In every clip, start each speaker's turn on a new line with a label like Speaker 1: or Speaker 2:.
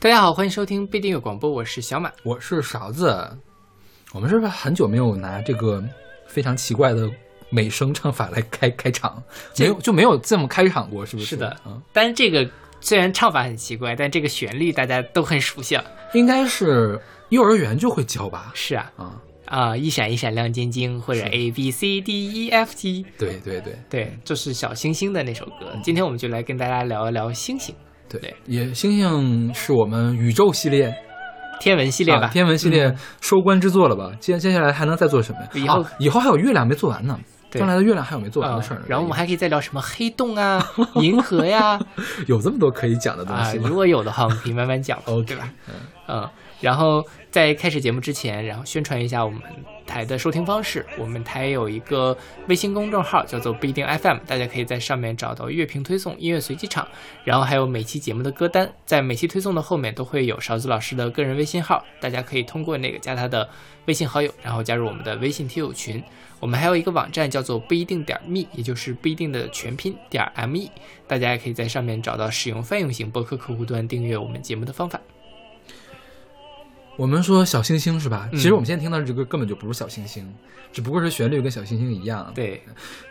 Speaker 1: 大家好，欢迎收听必定有广播，我是小马。
Speaker 2: 我是勺子，我们是不是很久没有拿这个非常奇怪的美声唱法来开开场？
Speaker 1: 这
Speaker 2: 没有就没有这么开场过，是不
Speaker 1: 是的
Speaker 2: 嗯，
Speaker 1: 但是这个虽然唱法很奇怪，但这个旋律大家都很熟悉了。
Speaker 2: 应该是幼儿园就会教吧？
Speaker 1: 是啊，
Speaker 2: 啊，
Speaker 1: 啊、一闪一闪亮晶晶，或者
Speaker 2: 是
Speaker 1: A B C D E F G，
Speaker 2: 对对对
Speaker 1: 对，就是小星星的那首歌。
Speaker 2: 嗯
Speaker 1: 今天我们就来跟大家聊一聊星星
Speaker 2: 对
Speaker 1: 对
Speaker 2: 也星星是我们宇宙系列
Speaker 1: 天文系列吧。
Speaker 2: 啊
Speaker 1: 嗯
Speaker 2: 天文系列收官之作了吧？接、接下来还能再做什么呀？
Speaker 1: 以后
Speaker 2: 啊以后还有月亮没做完呢，
Speaker 1: 对
Speaker 2: 将来的月亮还有没做完
Speaker 1: 啊
Speaker 2: 的事儿呢、
Speaker 1: 然后我们还可以再聊什么黑洞 啊、银河呀
Speaker 2: 有这么多可以讲的东
Speaker 1: 啊、
Speaker 2: 西吗？
Speaker 1: 如果有的话，我们可以慢慢讲嘛，
Speaker 2: OK，
Speaker 1: 对吧？嗯，然后在开始节目之前，然后宣传一下我们台的收听方式。我们台有一个微信公众号，叫做不一定 FM，大家可以在上面找到乐评推送、音乐随机场，然后还有每期节目的歌单。在每期推送的后面都会有勺子老师的个人微信号，大家可以通过那个加他的微信好友，然后加入我们的微信听友群。我们还有一个网站叫做不一定点儿 me，也就是不一定的全拼点儿 me，大家也可以在上面找到使用泛用型播客客户端订阅我们节目的方法。
Speaker 2: 我们说小星星是吧？
Speaker 1: 嗯
Speaker 2: 其实我们现在听到的这个根本就不是小星星，只不过是旋律跟小星星一样。，
Speaker 1: 对，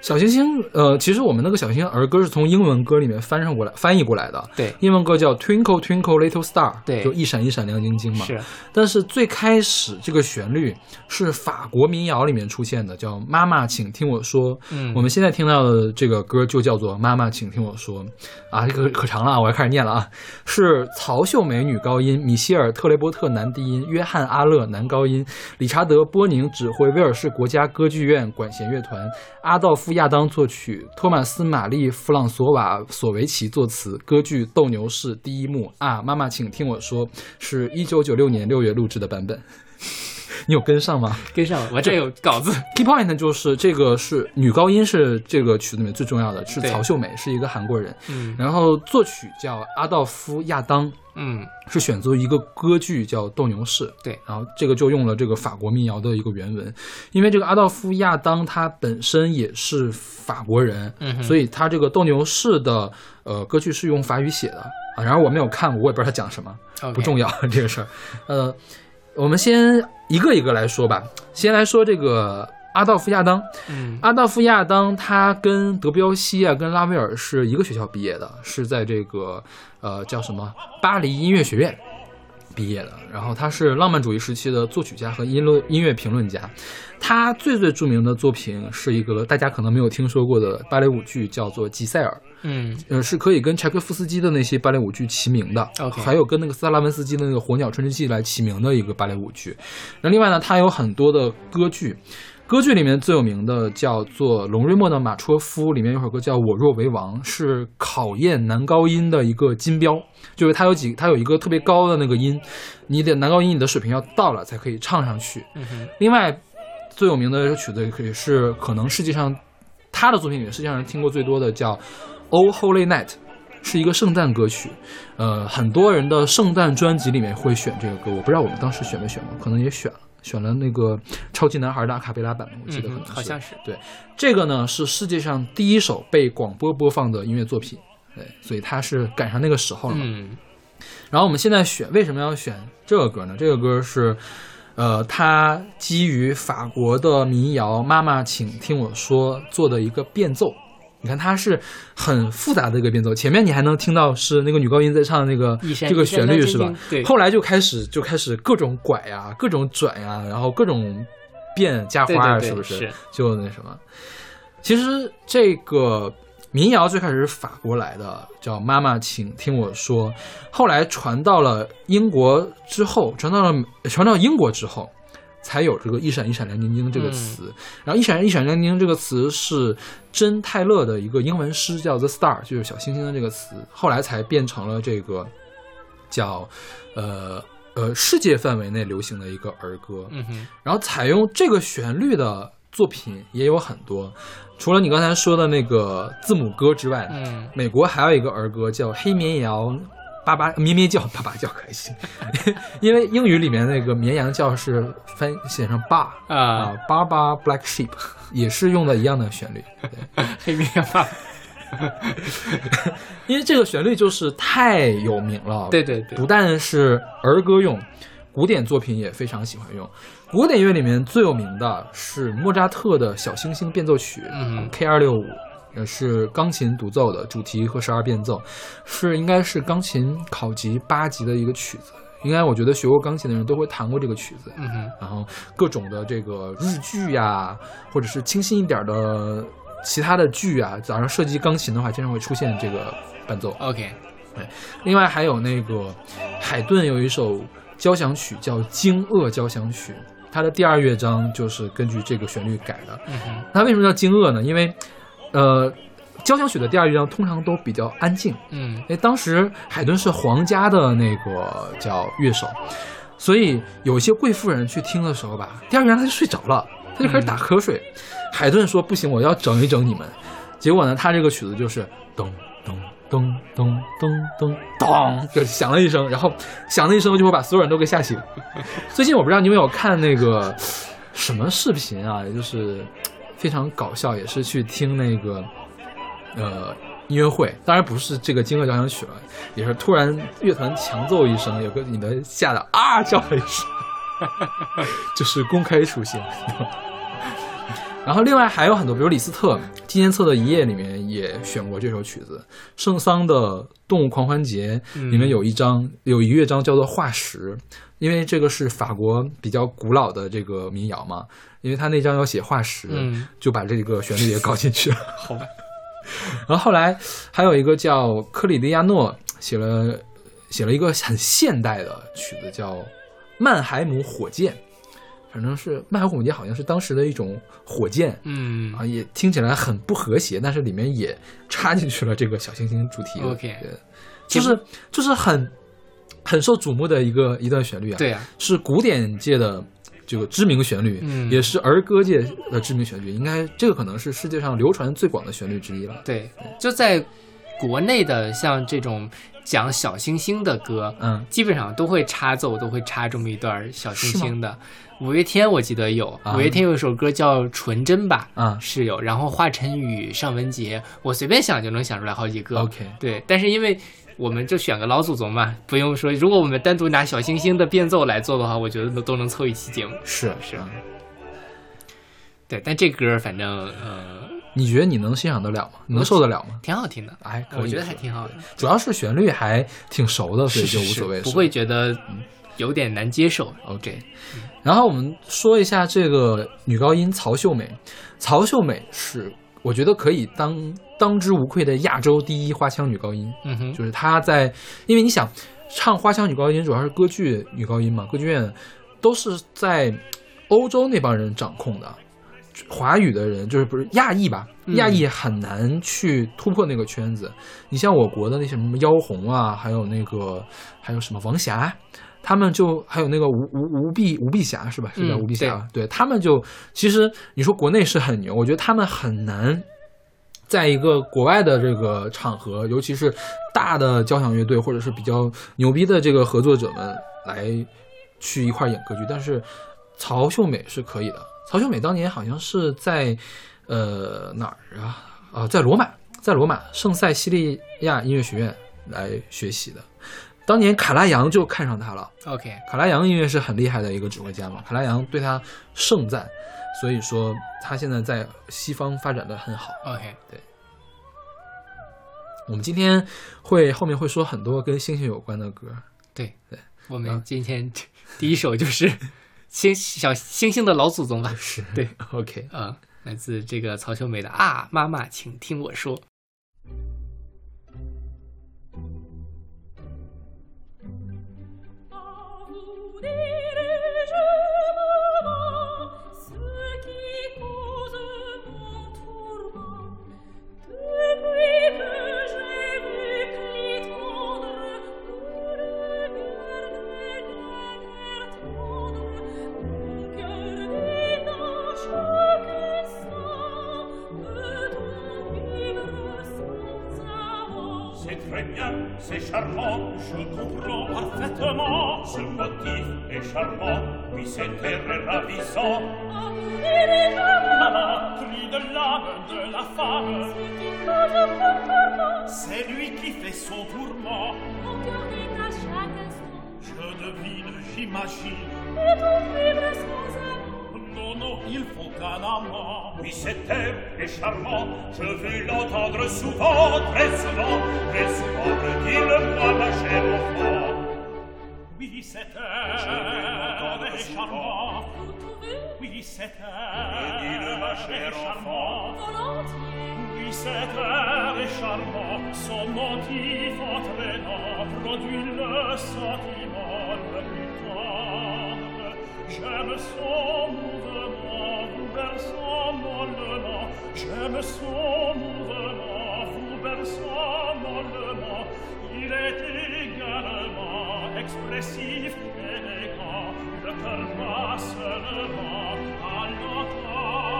Speaker 2: 小星星，呃，其实我们那个小星星儿歌是从英文歌里面翻上过来翻译过来的。
Speaker 1: 对
Speaker 2: 英文歌叫 Twinkle Twinkle Little Star，
Speaker 1: 对
Speaker 2: 就一闪一闪亮晶晶嘛。
Speaker 1: 是。
Speaker 2: 但是最开始这个旋律是法国民谣里面出现的，叫《妈妈，请听我说》。
Speaker 1: 嗯
Speaker 2: 我们现在听到的这个歌就叫做《妈妈，请听我说》啊，这个可长了啊，我要开始念了啊。是曹秀梅女高音，米歇尔·特雷波特男低音，约翰·阿勒男高音，理查德·波宁指挥威尔士国家歌剧院管弦乐团，阿道夫·亚当作曲，托马斯·玛丽·弗朗索瓦·索维奇作词。歌剧《斗牛士》第一幕啊，妈妈，请听我说，是一九九六年六月录制的版本。 你有跟上吗？
Speaker 1: 跟上了，我这有稿子。
Speaker 2: Key point 就是这个是女高音是这个曲子里面最重要的，是
Speaker 1: 对
Speaker 2: 曹秀梅，是一个韩国人，
Speaker 1: 嗯
Speaker 2: 然后作曲叫阿道夫·亚当，
Speaker 1: 嗯，
Speaker 2: 是选择一个歌剧叫《斗牛士》。
Speaker 1: 对，
Speaker 2: 然后这个就用了这个法国民谣的一个原文，因为这个阿道夫·亚当他本身也是法国人，
Speaker 1: 嗯哼
Speaker 2: 所以他这个《斗牛士》的呃歌剧是用法语写的啊。然而我没有看过，我也不知道他讲什么。不重
Speaker 1: 要。
Speaker 2: 要 这个事儿。呃，我们先一个一个来说吧。先来说这个阿道夫·亚当。
Speaker 1: 嗯
Speaker 2: 阿道夫·亚当他跟德彪西啊，跟拉威尔是一个学校毕业的，是在这个呃叫什么巴黎音乐学院毕业的。然后他是浪漫主义时期的作曲家和音乐音乐评论家。他最最著名的作品是一个大家可能没有听说过的芭蕾舞剧，叫做《吉赛尔》。
Speaker 1: 嗯
Speaker 2: 呃，是可以跟柴可夫斯基的那些芭蕾舞剧齐名的
Speaker 1: OK
Speaker 2: 还有跟那个斯特拉文斯基的那个《火鸟春之祭》来齐名的一个芭蕾舞剧。那另外呢，它有很多的歌剧，歌剧里面最有名的叫做龙瑞莫的《马车夫》，里面有首歌叫《我若为王》，是考验男高音的一个金标，就是它有几，它有一个特别高的那个音，你得男高音你的水平要到了才可以唱上去。
Speaker 1: 嗯哼
Speaker 2: 另外，最有名的曲子也是可能世界上他的作品里面世界上人听过最多的叫《Oh Holy Night》，是一个圣诞歌曲。呃，很多人的圣诞专辑里面会选这个歌，我不知道我们当时选没选过，可能也选了。选了那个超级男孩的阿卡贝拉版，我记得可能
Speaker 1: 嗯哼好像是
Speaker 2: 对。这个呢是世界上第一首被广播播放的音乐作品，对，所以它是赶上那个时候了嘛。
Speaker 1: 嗯
Speaker 2: 然后我们现在选为什么要选这个歌呢？这个歌是，呃，它基于法国的民谣《妈妈，请听我说》做的一个变奏。你看，它是很复杂的一个变奏。前面你还能听到是那个女高音在唱那个
Speaker 1: 一闪
Speaker 2: 这个
Speaker 1: 一闪
Speaker 2: 旋律
Speaker 1: 亮
Speaker 2: 是吧
Speaker 1: 晶？晶对
Speaker 2: 后来就开始就开始各种拐呀、各种转呀、然后各种变加花啊，
Speaker 1: 对对对
Speaker 2: 是不是？
Speaker 1: 是
Speaker 2: 就那什么。其实这个民谣最开始是法国来的，叫《妈妈，请听我说》，后来传到了英国之后，传到了传到英国之后，才有这个“一闪一闪亮晶晶”这个词。
Speaker 1: 嗯
Speaker 2: 然后“一闪一闪亮晶晶”这个词是真泰勒的一个英文诗，叫《The Star》，就是小星星的这个词，后来才变成了这个叫呃呃世界范围内流行的一个儿歌。
Speaker 1: 嗯哼
Speaker 2: 然后采用这个旋律的作品也有很多，除了你刚才说的那个字母歌之外，
Speaker 1: 嗯
Speaker 2: 美国还有一个儿歌叫《黑绵羊巴巴咩咩叫》，巴巴叫可惜， 因为英语里面那个绵羊叫是翻写成爸
Speaker 1: 啊，
Speaker 2: 啊，巴巴 black sheep 也是用的一样的旋律。
Speaker 1: 黑面爸爸
Speaker 2: 因为这个旋律就是太有名了。
Speaker 1: 对对对
Speaker 2: 不但是儿歌用，古典作品也非常喜欢用。古典乐里面最有名的是莫扎特的小星星变奏曲，
Speaker 1: 嗯
Speaker 2: K 二六五，也是钢琴独奏的主题和十二变奏，是应该是钢琴考级八级的一个曲子。应该我觉得学过钢琴的人都会弹过这个曲子。
Speaker 1: 嗯哼，
Speaker 2: 然后各种的这个日剧呀、或者是清新一点的其他的剧啊，早上涉及钢琴的话，经常会出现这个伴奏。
Speaker 1: OK，
Speaker 2: 另外还有那个海顿有一首交响曲叫《惊愕交响曲》，它的第二乐章就是根据这个旋律改的。
Speaker 1: 嗯哼，
Speaker 2: 它为什么叫惊愕呢？因为，呃，交响曲的第二乐章通常都比较安静，
Speaker 1: 嗯
Speaker 2: 哎，当时海顿是皇家的那个叫乐手，所以有一些贵妇人去听的时候吧，第二乐章她就睡着了，她就开始打瞌睡。海顿说：“不行，我要整一整你们。”结果呢，他这个曲子就是咚咚咚咚咚咚咚，就响了一声，然后响了一声就会把所有人都给吓醒。最近我不知道你们有看那个什么视频啊，就是非常搞笑，也是去听那个呃音乐会，当然不是这个惊愕交响曲了，也是突然乐团强奏一声，有个女的吓得啊叫了一声， 就是公开处刑。 然后另外还有很多，比如李斯特纪念册的《一页》里面也选过这首曲子，圣桑的《动物狂欢节》
Speaker 1: 嗯
Speaker 2: 里面有一章、有一乐章叫做《化石》，因为这个是法国比较古老的这个民谣嘛，因为他那章要写化石，
Speaker 1: 嗯，
Speaker 2: 就把这个旋律也搞进去了。
Speaker 1: 好吧，
Speaker 2: 然后后来还有一个叫科里利亚诺写了写了一个很现代的曲子，叫《曼海姆火箭》，反正是曼海姆火箭好像是当时的一种火箭
Speaker 1: 嗯
Speaker 2: 啊，也听起来很不和谐，但是里面也插进去了这个小行星主题。
Speaker 1: OK
Speaker 2: 对就是就是很很受瞩目的一个一段旋律啊。
Speaker 1: 对呀、
Speaker 2: 是古典界的这个知名旋律，
Speaker 1: 嗯
Speaker 2: 也是儿歌界的知名旋律，应该这个可能是世界上流传最广的旋律之一了。
Speaker 1: 对，就在国内的像这种讲小星星的歌，
Speaker 2: 嗯，
Speaker 1: 基本上都会插奏，都会插这么一段小星
Speaker 2: 是
Speaker 1: 星的。五月天我记得有，
Speaker 2: 啊
Speaker 1: 五月天有一首歌叫《纯真》吧，
Speaker 2: 啊
Speaker 1: 是有。然后华晨宇、尚雯婕，我随便想就能想出来好几个。
Speaker 2: ，OK，
Speaker 1: 对，但是因为我们就选个老祖宗嘛，不用说。如果我们单独拿小星星的变奏来做的话，我觉得都都能凑一期节目。
Speaker 2: 是
Speaker 1: 是
Speaker 2: 嗯
Speaker 1: 对，但这歌反正呃
Speaker 2: 你觉得你能欣赏得了吗？你能受得了吗？
Speaker 1: 挺好听的，
Speaker 2: 哎，可以
Speaker 1: 我觉得还挺好的，
Speaker 2: 主要是旋律还挺熟的，所以就无所谓，
Speaker 1: 是
Speaker 2: 是
Speaker 1: 是
Speaker 2: 吧
Speaker 1: 不会觉得有点难接受。
Speaker 2: OK，然后我们说一下这个女高音曹秀美，曹秀美是我觉得可以当当之无愧的亚洲第一花腔女高音，
Speaker 1: 嗯哼，
Speaker 2: 就是她在，因为你想唱花腔女高音，主要是歌剧女高音嘛，歌剧院都是在欧洲那帮人掌控的，华语的人就是不是亚裔吧，
Speaker 1: 嗯
Speaker 2: 亚裔很难去突破那个圈子。你像我国的那些什么妖红啊，还有那个还有什么王霞。他们就还有那个吴吴吴碧吴碧霞是吧？是叫
Speaker 1: 嗯
Speaker 2: 吴碧霞吧、对他们就其实你说国内是很牛，我觉得他们很难在一个国外的这个场合，尤其是大的交响乐队或者是比较牛逼的这个合作者们来去一块儿演歌剧，但是曹秀美是可以的。曹秀美当年好像是在呃哪儿啊？啊、在罗马，在罗马圣塞西利亚音乐学院来学习的。当年卡拉扬就看上她了，
Speaker 1: OK，
Speaker 2: 卡拉扬音乐是很厉害的一个指挥家嘛，卡拉扬对她盛赞，所以说她现在在西方发展的很好。
Speaker 1: OK，
Speaker 2: 我们今天会后面会说很多跟星星有关的歌，
Speaker 1: 对对，我们今天第一首就是 星小星星的老祖 宗吧，
Speaker 2: 是
Speaker 1: 对
Speaker 2: OK。
Speaker 1: 嗯，来自这个曹秀梅的啊，妈妈，请听我说。
Speaker 3: Par où dirigerai-je ce qui cause mon tourment Depuis que j'ai vu Clitonde, mon regard demeure tendre, mon cœur détache aucun sang, peut-on vivre sans amour
Speaker 4: C'est très bien, c'est charmant, je comprends parfaitement. Ce motif est charmant, puis c'est terre ravissant.
Speaker 3: Amour et
Speaker 4: Maman, de l'âme, de la femme.
Speaker 3: qui cause mon tourment,
Speaker 4: C'est lui qui fait son tourment.
Speaker 3: mon cœur est à chaque instant,
Speaker 4: Je devine, j'imagine.
Speaker 3: et tout vibre sans amant.
Speaker 4: Non, non, il faut un amant. Oui, c'est elle, et charmant. Je veux l'entendre souvent, très souvent, très souvent. Me dire, moi, ma chère enfant. Oui, c'est elle, je l'entendre charmant.
Speaker 3: Vous trouvez
Speaker 4: Oui, c'est elle, me dire, ma chère enfant.
Speaker 3: volontiers,
Speaker 4: Oui, c'est elle, et charmant. Son mentif entraînant produit le sentiment le plus tendre. J'aime son mouvement, vous berçant mollement. J'aime son mouvement, vous berçant mollement. Il est également expressif, élégant, le cœur bat seulement à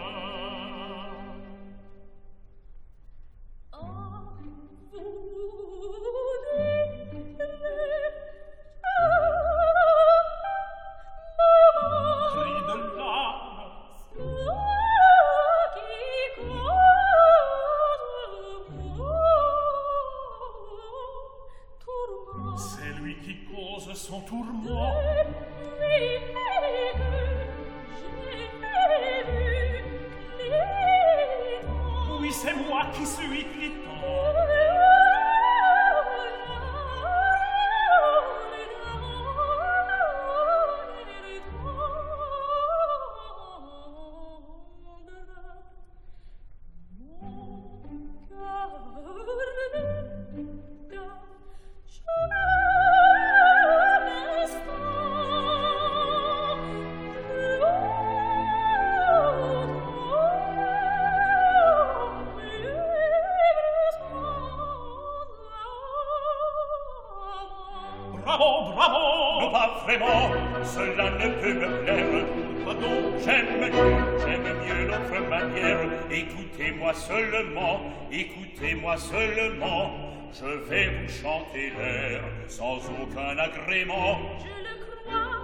Speaker 4: l'entendre.
Speaker 3: oh, vous devenez, ah,
Speaker 4: Cri de l'âme, C'est lui qui cause son tourment. Oui, c'est moi qui suis clitant. Bravo, bravo Non, pas vraiment, cela ne peut me plaire. Pardon, j'aime mieux, j'aime mieux l'autre manière. Écoutez-moi seulement, écoutez-moi seulement. Je vais vous chanter l'air sans aucun agrément.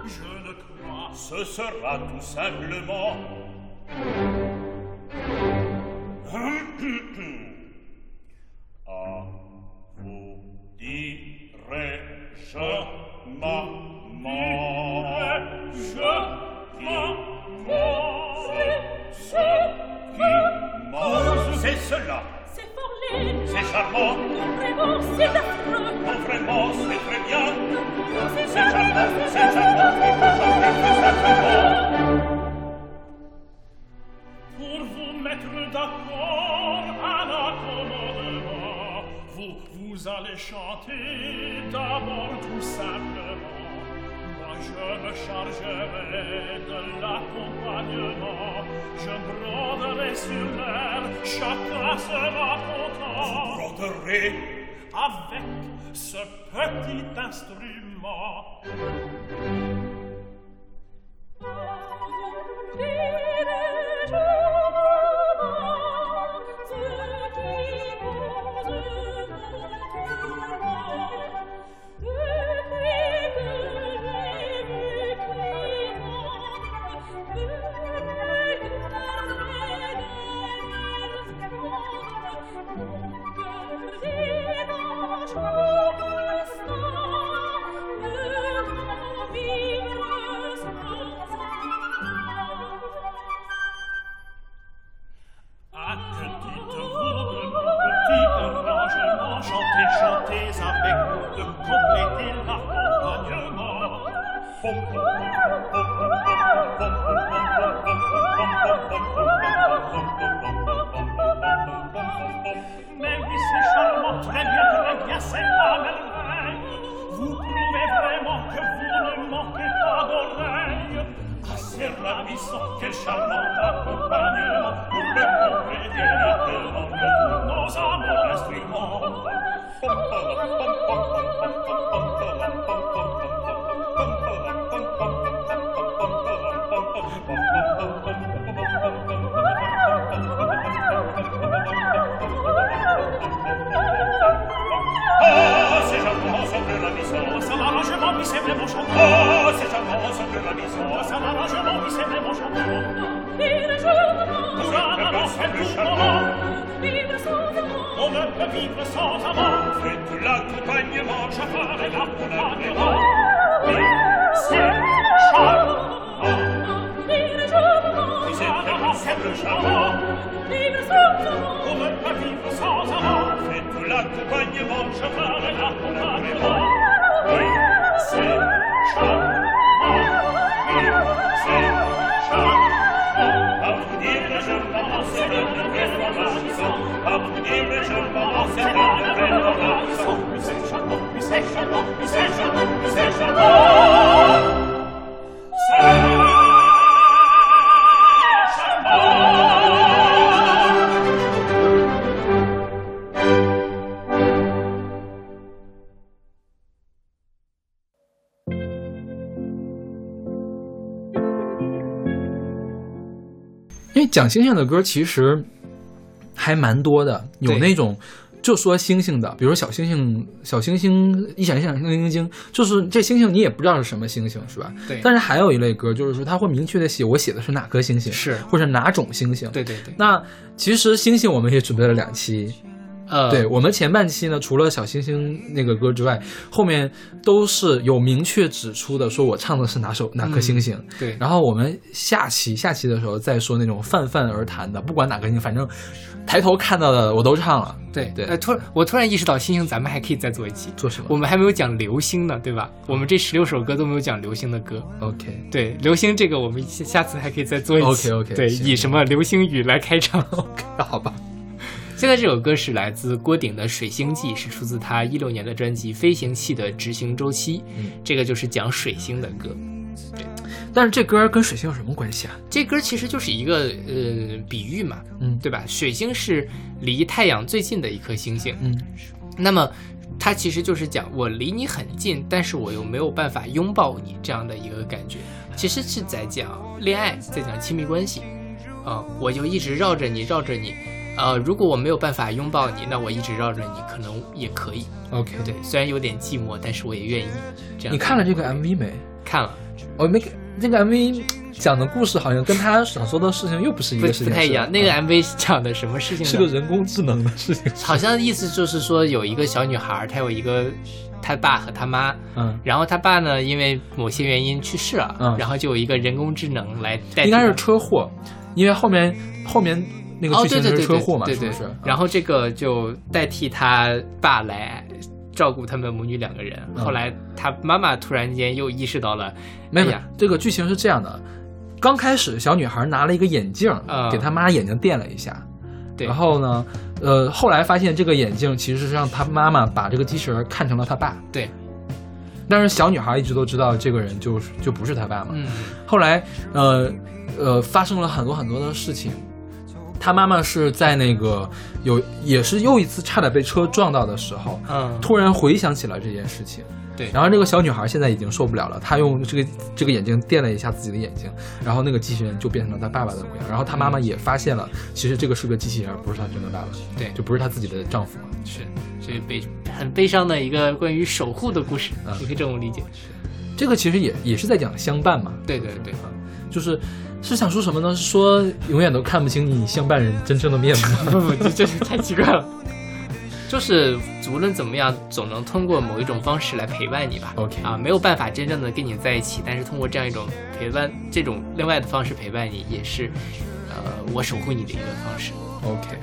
Speaker 4: Je le crois, ce sera tout simplement. À Ah, vous dirai-je maman, je m'en ce qui mange. C'est cela, c'est charmant, non vraiment, c'est très bien. C'est charmant, c'est charmant, il faut chanter tout simplement. Pour vous mettre d'accord à l'accommodement, vous, vous allez chanter d'abord tout simplement. Moi, je me chargerai de l'accompagnement. Je broderai sur l'air, chacun sera content. Vous broderez avec ce petit instrument. Ah, que dites-vous de mon petit arrangement Chantez, chantez avec nous de compléter l'accompagnement. Pom, pom, pom, pom, pom, pom, pom, pom, pom, pom, pom, pom, pom, pom, pom, pom, pom, pom, pom, pom, pom, pom, pom, pom, pom, pom. Mais oui, c'est charmant, très bien, très bien, c'est à merveille. Vous prouvez vraiment que vous ne manquez pas d'oreille. Ah, c'est ravissant, quel charmant accompagnement pour le compléter nettement de nos amants instruments. Pom, pom, pom, pom, pom, pom, pom, pom, pom, pom, pom, pom, Oh, c'est charmant, ça me ravissant. Ça m'arrange, je m'en pisse, mais mon chanteur. Oh, c'est charmant, ça me ravissant. Ça m'arrange, je m'en pisse, vivre sans amant Faites l'accompagnement, je ferai l'accompagnement Mais c'est charmant Vous aimerez cette charmant Pour ne pas vivre sans amant Faites l'accompagnement, je ferai l'accompagnement Mais c'est charmant Mais c'est charmant À vous dire, je pense, c'est le nouvelle romançon À vous dire, je pense, c'est le nouvelle romançon Mais c'est charmant, mais c'est charmant, mais c'est charmant, mais c'est charmant
Speaker 2: 因为讲星星的歌其实还蛮多的，有
Speaker 1: 对
Speaker 2: 那种就说星星的，比如说小星星、小星星、一闪一闪亮晶晶，就是这星星你也不知道是什么星星，是吧？
Speaker 1: 对
Speaker 2: 但是还有一类歌，就是说他会明确的写我写的是哪颗星星，
Speaker 1: 是
Speaker 2: 或者哪种星星。
Speaker 1: 对对对，
Speaker 2: 那其实星星我们也准备了两期，
Speaker 1: 呃，
Speaker 2: 对我们前半期呢，除了小星星那个歌之外，后面都是有明确指出的，说我唱的是哪首
Speaker 1: 嗯
Speaker 2: 哪颗星星。
Speaker 1: 对
Speaker 2: 然后我们下期下期的时候再说那种泛泛而谈的，不管哪颗星，反正抬头看到的我都唱了。
Speaker 1: 对
Speaker 2: 对
Speaker 1: 呃，突然我突然意识到，星星咱们还可以再做一期，
Speaker 2: 做什么
Speaker 1: 我们还没有讲流星呢，对吧？我们这十六首歌都没有讲流星的歌。
Speaker 2: ？OK，
Speaker 1: 对，流星这个我们下下次还可以再做一期。
Speaker 2: 嗯 OK，OK，
Speaker 1: 对，
Speaker 2: 行
Speaker 1: 以什么流星雨来开场？
Speaker 2: 那 好吧。
Speaker 1: 现在这首歌是来自郭顶的《水星记》，是出自他一六年的专辑《飞行器的执行周期》。
Speaker 2: 嗯
Speaker 1: 这个就是讲水星的歌。
Speaker 2: 但是这歌跟水星有什么关系啊？
Speaker 1: 这歌其实就是一个呃比喻嘛，
Speaker 2: 嗯
Speaker 1: 对吧？水星是离太阳最近的一颗星星，
Speaker 2: 嗯，
Speaker 1: 那么它其实就是讲我离你很近，但是我又没有办法拥抱你这样的一个感觉，其实是在讲恋爱，在讲亲密关系，啊、我就一直绕着你，绕着你，呃，如果我没有办法拥抱你，那我一直绕着你，可能也可以，
Speaker 2: OK，
Speaker 1: 对，虽然有点寂寞，但是我也愿意这样。
Speaker 2: 你看了这个 MV 没？
Speaker 1: 看了，
Speaker 2: 我没看这个 MV 讲的故事好像跟他想说的事情又不是一
Speaker 1: 不
Speaker 2: 个事情，
Speaker 1: 不太一样。那个
Speaker 2: 是吧啊嗯
Speaker 1: MV 是讲的什么事情呢？
Speaker 2: 是个人工智能的事 情。
Speaker 1: 好像意思就是说，有一个小女孩儿，她有一个她爸和她妈，
Speaker 2: 嗯，
Speaker 1: 然后她爸呢因为某些原因去世了，
Speaker 2: 嗯
Speaker 1: 然后就有一个人工智能来代替她，
Speaker 2: 应该是车祸，因为后面后面那个
Speaker 1: 哦，
Speaker 2: 剧
Speaker 1: 对
Speaker 2: 情
Speaker 1: 对
Speaker 2: 就是
Speaker 1: 对，
Speaker 2: 车祸嘛，
Speaker 1: 对
Speaker 2: 是
Speaker 1: 对
Speaker 2: 不是？
Speaker 1: 然后这个就代替她爸来照顾他们母女两个人。
Speaker 2: 嗯
Speaker 1: 后来她妈妈突然间又意识到了，
Speaker 2: 没有，没有
Speaker 1: 哎呀
Speaker 2: 这个剧情是这样的：刚开始小女孩拿了一个眼镜
Speaker 1: 啊，
Speaker 2: 给她妈眼睛垫了一下，
Speaker 1: 对，
Speaker 2: 然后呢，呃，后来发现这个眼镜其实是让她妈妈把这个机器人看成了她爸，
Speaker 1: 对，
Speaker 2: 但是小女孩一直都知道这个人就是就不是她爸嘛。
Speaker 1: 嗯，
Speaker 2: 后来，呃，呃，发生了很多很多的事情。她妈妈是在那个有也是又一次差点被车撞到的时候，
Speaker 1: 嗯
Speaker 2: 突然回想起了这件事情。
Speaker 1: 对
Speaker 2: 然后这个小女孩现在已经受不了了，她用这个这个眼睛垫了一下自己的眼睛，然后那个机器人就变成了她爸爸的模样。然后她妈
Speaker 1: 嗯
Speaker 2: 妈也发现了，其实这个是个机器人，不是她真的爸爸，
Speaker 1: 对
Speaker 2: 就不是她自己的丈夫嘛。
Speaker 1: 是，所以悲很悲伤的一个关于守护的故事，
Speaker 2: 嗯
Speaker 1: 你可以这么理解。
Speaker 2: 这个其实也也是在讲相伴嘛，嗯
Speaker 1: 对对对，
Speaker 2: 就是是想说什么呢？是说永远都看不清你相伴人真正的面目。
Speaker 1: 不不，这这太奇怪了。 就是无论怎么样，总能通过某一种方式来陪伴你吧。
Speaker 2: OK
Speaker 1: 啊，没有办法真正的跟你在一起，但是通过这样一种陪伴，这种另外的方式陪伴你，也是，呃，我守护你的一个方式。
Speaker 2: OK，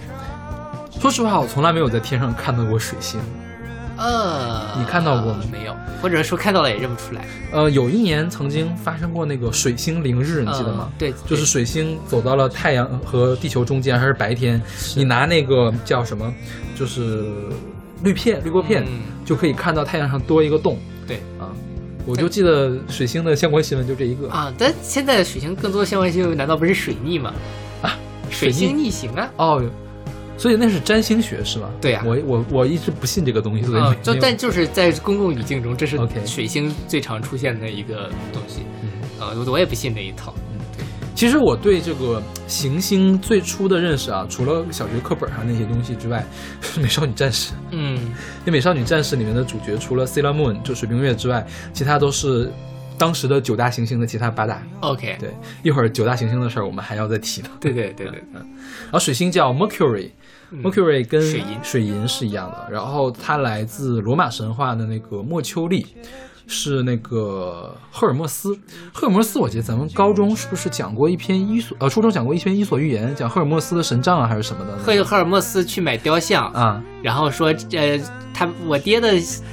Speaker 2: 说实话，我从来没有在天上看到过水星。
Speaker 1: 呃，
Speaker 2: 你看到过吗
Speaker 1: 没有？或者说看到了也认不出来。
Speaker 2: 呃，有一年曾经发生过那个水星凌日，你记得吗
Speaker 1: 嗯？对
Speaker 2: 就是水星走到了太阳和地球中间，还是白天，你拿那个叫什么，就是滤片、滤波片，
Speaker 1: 嗯
Speaker 2: 就可以看到太阳上多一个洞
Speaker 1: 对
Speaker 2: 啊。我就记得水星的相关新闻就这一个，
Speaker 1: 啊，但现在的水星更多相关新闻难道不是水逆吗？
Speaker 2: 啊，水
Speaker 1: 水星逆行啊。
Speaker 2: 哦，所以那是占星学是吧？
Speaker 1: 对呀
Speaker 2: 我我我一直不信这个东西，所以没、
Speaker 1: 嗯，就
Speaker 2: 没有
Speaker 1: 但就是在公共语境中，这是
Speaker 2: OK
Speaker 1: 水星最常出现的一个东西。
Speaker 2: 嗯
Speaker 1: 呃，我我也不信这一套。
Speaker 2: 其实我对这个行星最初的认识啊，除了小学课本上那些东西之外， 是《美少女战士》。
Speaker 1: 嗯，
Speaker 2: 因为《美少女战士》里面的主角除了 Sailor Moon 就水冰月之外，其他都是当时的九大行星的其他八大。
Speaker 1: OK，
Speaker 2: 对，一会儿九大行星的事儿我们还要再提到。
Speaker 1: 对对对对对，嗯
Speaker 2: 然后水星叫 Mercury， Mercury 跟
Speaker 1: 水银
Speaker 2: 水银是一样的，然后它来自罗马神话的那个墨丘利，是那个赫尔墨斯。赫尔墨斯，我记得咱们高中是不是讲过一篇伊索呃，初中讲过一篇伊索寓言，讲赫尔墨斯的神杖啊还是什么的？
Speaker 1: 赫赫尔墨斯去买雕像，
Speaker 2: 啊，
Speaker 1: 然后说，呃，他我爹的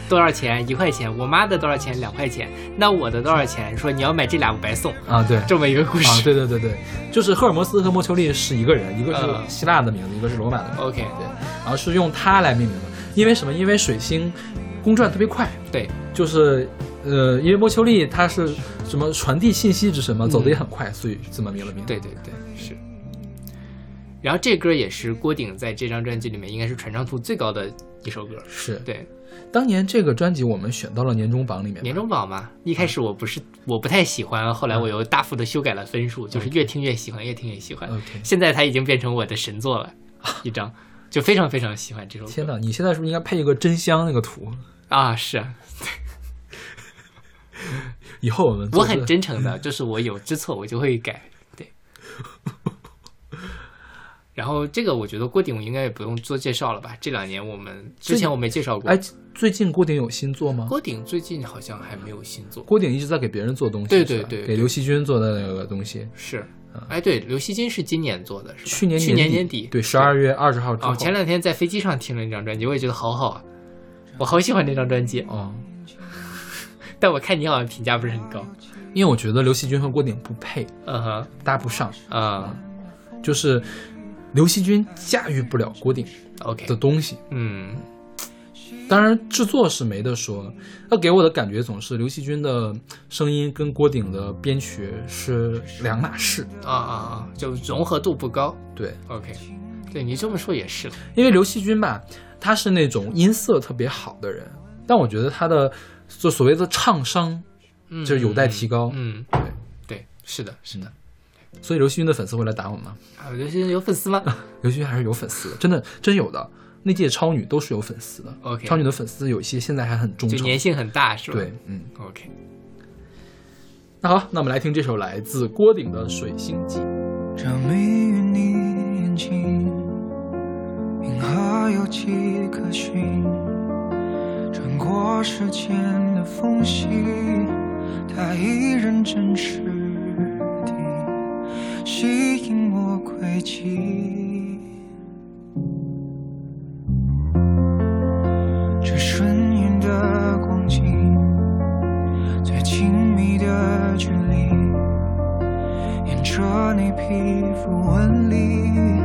Speaker 1: 多少钱？一块钱。我妈的多少钱？两块钱。那我的多少钱？说你要买这俩，我白送。
Speaker 2: 啊，对，
Speaker 1: 这么一个故事。
Speaker 2: 啊，对对对对，就是赫尔墨斯和墨丘利是一个人，一个
Speaker 1: 嗯
Speaker 2: 是希腊的名字，一个是罗马的名字。
Speaker 1: OK
Speaker 2: 对，然后是用它来命名的，因为什么？因为水星公转特别快，
Speaker 1: 对
Speaker 2: 就是呃，因为墨丘利它是什么传递信息之神嘛，走的也很快，所以这么命了名。
Speaker 1: 对，对对，是。然后这歌也是郭顶在这张专辑里面应该是传唱度最高的一首歌。
Speaker 2: 是
Speaker 1: 对，
Speaker 2: 当年这个专辑我们选到了年终榜里面。
Speaker 1: 年终榜嘛，一开始我不是我不太喜欢，后来我又大幅的修改了分数，就是越听越喜欢，越听越喜欢。
Speaker 2: OK
Speaker 1: 现在它已经变成我的神作了， 一张就非常非常喜欢这首歌。
Speaker 2: 天哪，你现在是不是应该配一个真香那个图？
Speaker 1: 啊，是啊，
Speaker 2: 以后我们
Speaker 1: 我
Speaker 2: 做这
Speaker 1: 很真诚的， 就是我有知错我就会改，对。 然后这个我觉得郭顶应该也不用做介绍了吧？这两年我们之前我没介绍过，
Speaker 2: 哎，最近郭顶有新作吗？
Speaker 1: 郭顶最近好像还没有新作，
Speaker 2: 郭顶一直在给别人做东西，
Speaker 1: 对对
Speaker 2: 是吧
Speaker 1: 对
Speaker 2: 给刘惜君做的那个东西。
Speaker 1: 是，哎对，刘惜君是今年做的，是吧？
Speaker 2: 去年
Speaker 1: 去年年底
Speaker 2: 对，十二月二十号之后，
Speaker 1: 哦，前两天在飞机上听了那张专辑，我也觉得好好啊，我好喜欢这张专辑，
Speaker 2: 哦，
Speaker 1: 但我看你好像评价不是很高，
Speaker 2: 因为我觉得刘惜君和郭顶不配，
Speaker 1: 嗯哼，
Speaker 2: 搭不上，
Speaker 1: 嗯
Speaker 2: 就是刘惜君驾驭不了郭顶
Speaker 1: ，OK，
Speaker 2: 的东西。
Speaker 1: 嗯，
Speaker 2: 当然，制作是没得说，那给我的感觉总是刘惜君的声音跟郭顶的编曲是两码事。
Speaker 1: 啊啊啊，就融合度不高
Speaker 2: 对，
Speaker 1: ，OK，对你这么说也是了，
Speaker 2: 因为刘惜君吧，他是那种音色特别好的人，但我觉得他的就所谓的唱商，
Speaker 1: 嗯，
Speaker 2: 就是有待提高
Speaker 1: 嗯，
Speaker 2: 对，
Speaker 1: 对，是的，是的。
Speaker 2: 所以刘惜君的粉丝会来打我们吗？
Speaker 1: 啊，我觉得现在有粉 丝吗
Speaker 2: 刘惜君还是有粉丝的，真的真有的。那届超女都是有粉丝的
Speaker 1: OK
Speaker 2: 超女的粉丝有一些现在还很忠
Speaker 1: 就
Speaker 2: 诚。
Speaker 1: 粘性很大，是吧？
Speaker 2: 对，嗯，
Speaker 1: ，OK。
Speaker 2: 那好，那我们来听这首来自郭顶的《水星记》。
Speaker 5: 着迷于你眼睛，银河有几颗星，穿过时间的缝隙，它依然真实地吸引我轨迹。这瞬眼的光景，最亲密的距离。沿着你皮肤纹理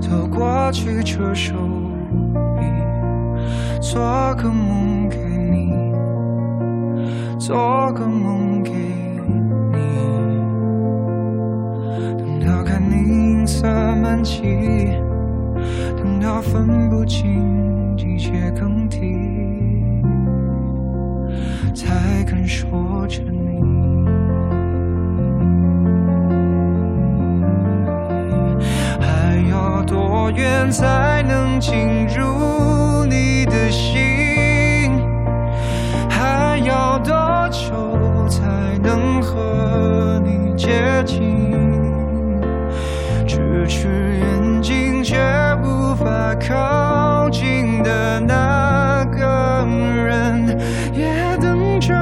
Speaker 5: 走过去，这手臂，做个梦给你，做个梦给你，等到看你银色满际，等到分不清季节更替，才肯说着你。还要多远才能进入你的心？还要多久才能和你接近？咫尺远近却无法靠近的那个人，也等着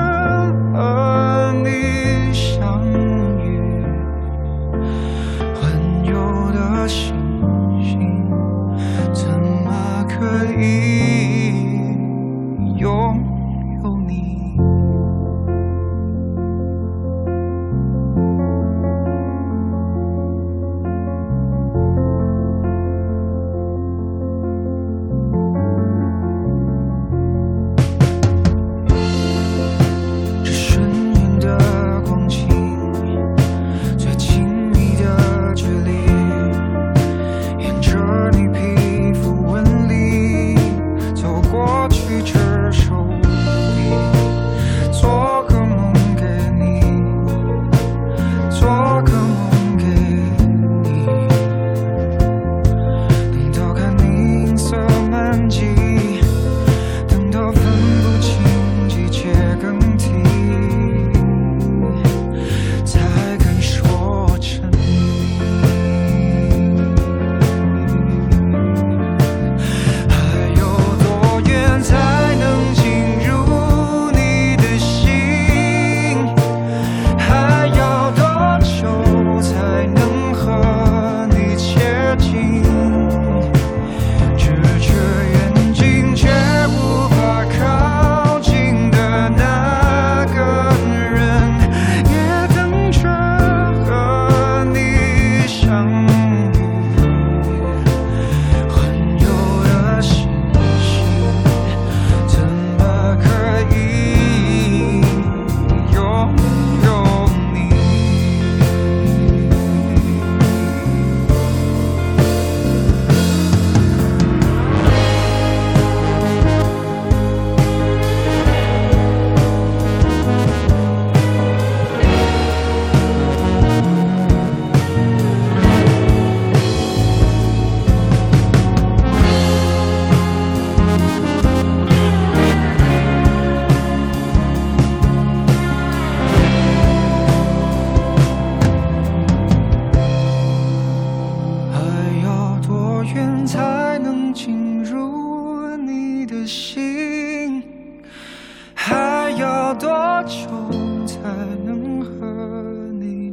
Speaker 5: 和你相遇。环游的星星，怎么可以拥有你？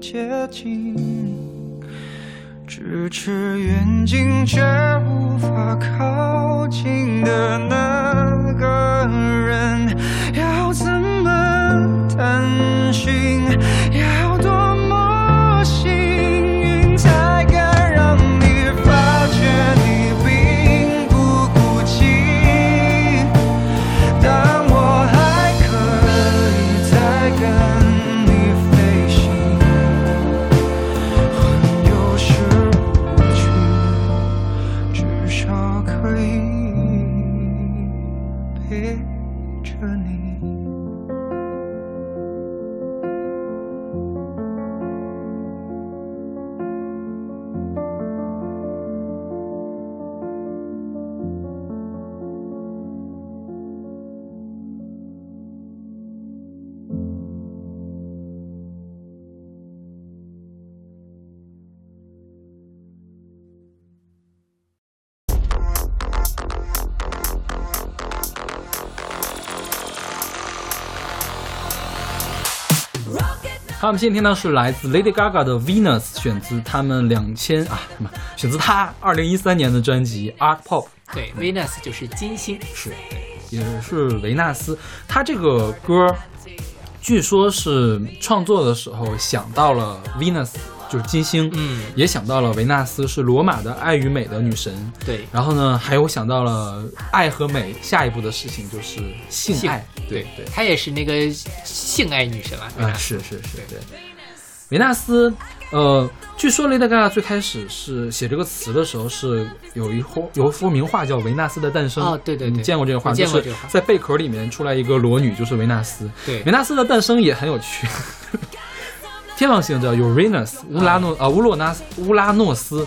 Speaker 5: 接近，咫尺远近却无法靠近的那个人，要怎么探寻？要多么幸运才敢让你发觉你并不孤寂？但我还可以再跟你飞行，环游世不去，至少可以陪着你。
Speaker 2: 好，我们现在听到是来自 Lady Gaga 的《Venus》，选自他们两千啊什么，选自她二零一三年的专辑《Art Pop》，
Speaker 1: 对，Venus 就是金星，
Speaker 2: 是也是维纳斯。她这个歌，据说是创作的时候想到了 Venus，就是金星，
Speaker 1: 嗯
Speaker 2: 也想到了维纳斯是罗马的爱与美的女神。
Speaker 1: 对，
Speaker 2: 然后呢，还有想到了爱和美，下一步的事情就是性爱。对对，
Speaker 1: 她也是那个性爱女神啊，
Speaker 2: 啊，是是是，对。维纳斯，呃，据说雷德嘎最开始是写这个词的时候是有一幅有一幅名画叫《维纳斯的诞生》
Speaker 1: 哦对对对
Speaker 2: 你见过这个画？
Speaker 1: 我见过
Speaker 2: 就
Speaker 1: 这
Speaker 2: 是
Speaker 1: 个画
Speaker 2: 在贝壳里面出来一个裸女，就是维纳斯。
Speaker 1: 对
Speaker 2: 维纳斯的诞生也很有趣。 天王星叫 Uranus 乌拉诺啊、乌洛纳斯乌拉诺斯，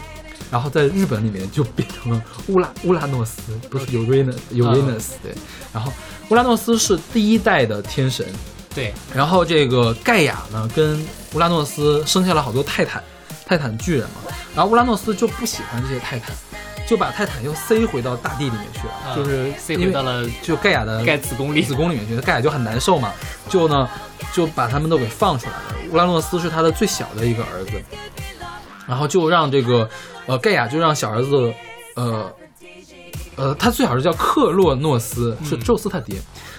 Speaker 2: 然后在日本里面就变成了乌拉乌拉诺斯，不是 Uranus Uranus、对，然后乌拉诺斯是第一代的天神，
Speaker 1: 对，
Speaker 2: 然后这个盖亚呢，跟乌拉诺斯生下了好多泰坦，泰坦巨人嘛。然后乌拉诺斯就不喜欢这些泰坦，就把泰坦又塞回到大地里面去了，
Speaker 1: 啊
Speaker 2: 就是
Speaker 1: 塞
Speaker 2: 因
Speaker 1: 回
Speaker 2: 为
Speaker 1: 到了
Speaker 2: 就盖亚的
Speaker 1: 盖子宫里
Speaker 2: 子，宫里面去，盖亚就很难受嘛，就呢就把他们都给放出来了。乌拉诺斯是他的最小的一个儿子，然后就让这个呃盖亚就让小儿子呃呃他最好是叫克洛诺斯，
Speaker 1: 嗯
Speaker 2: 是宙斯他爹，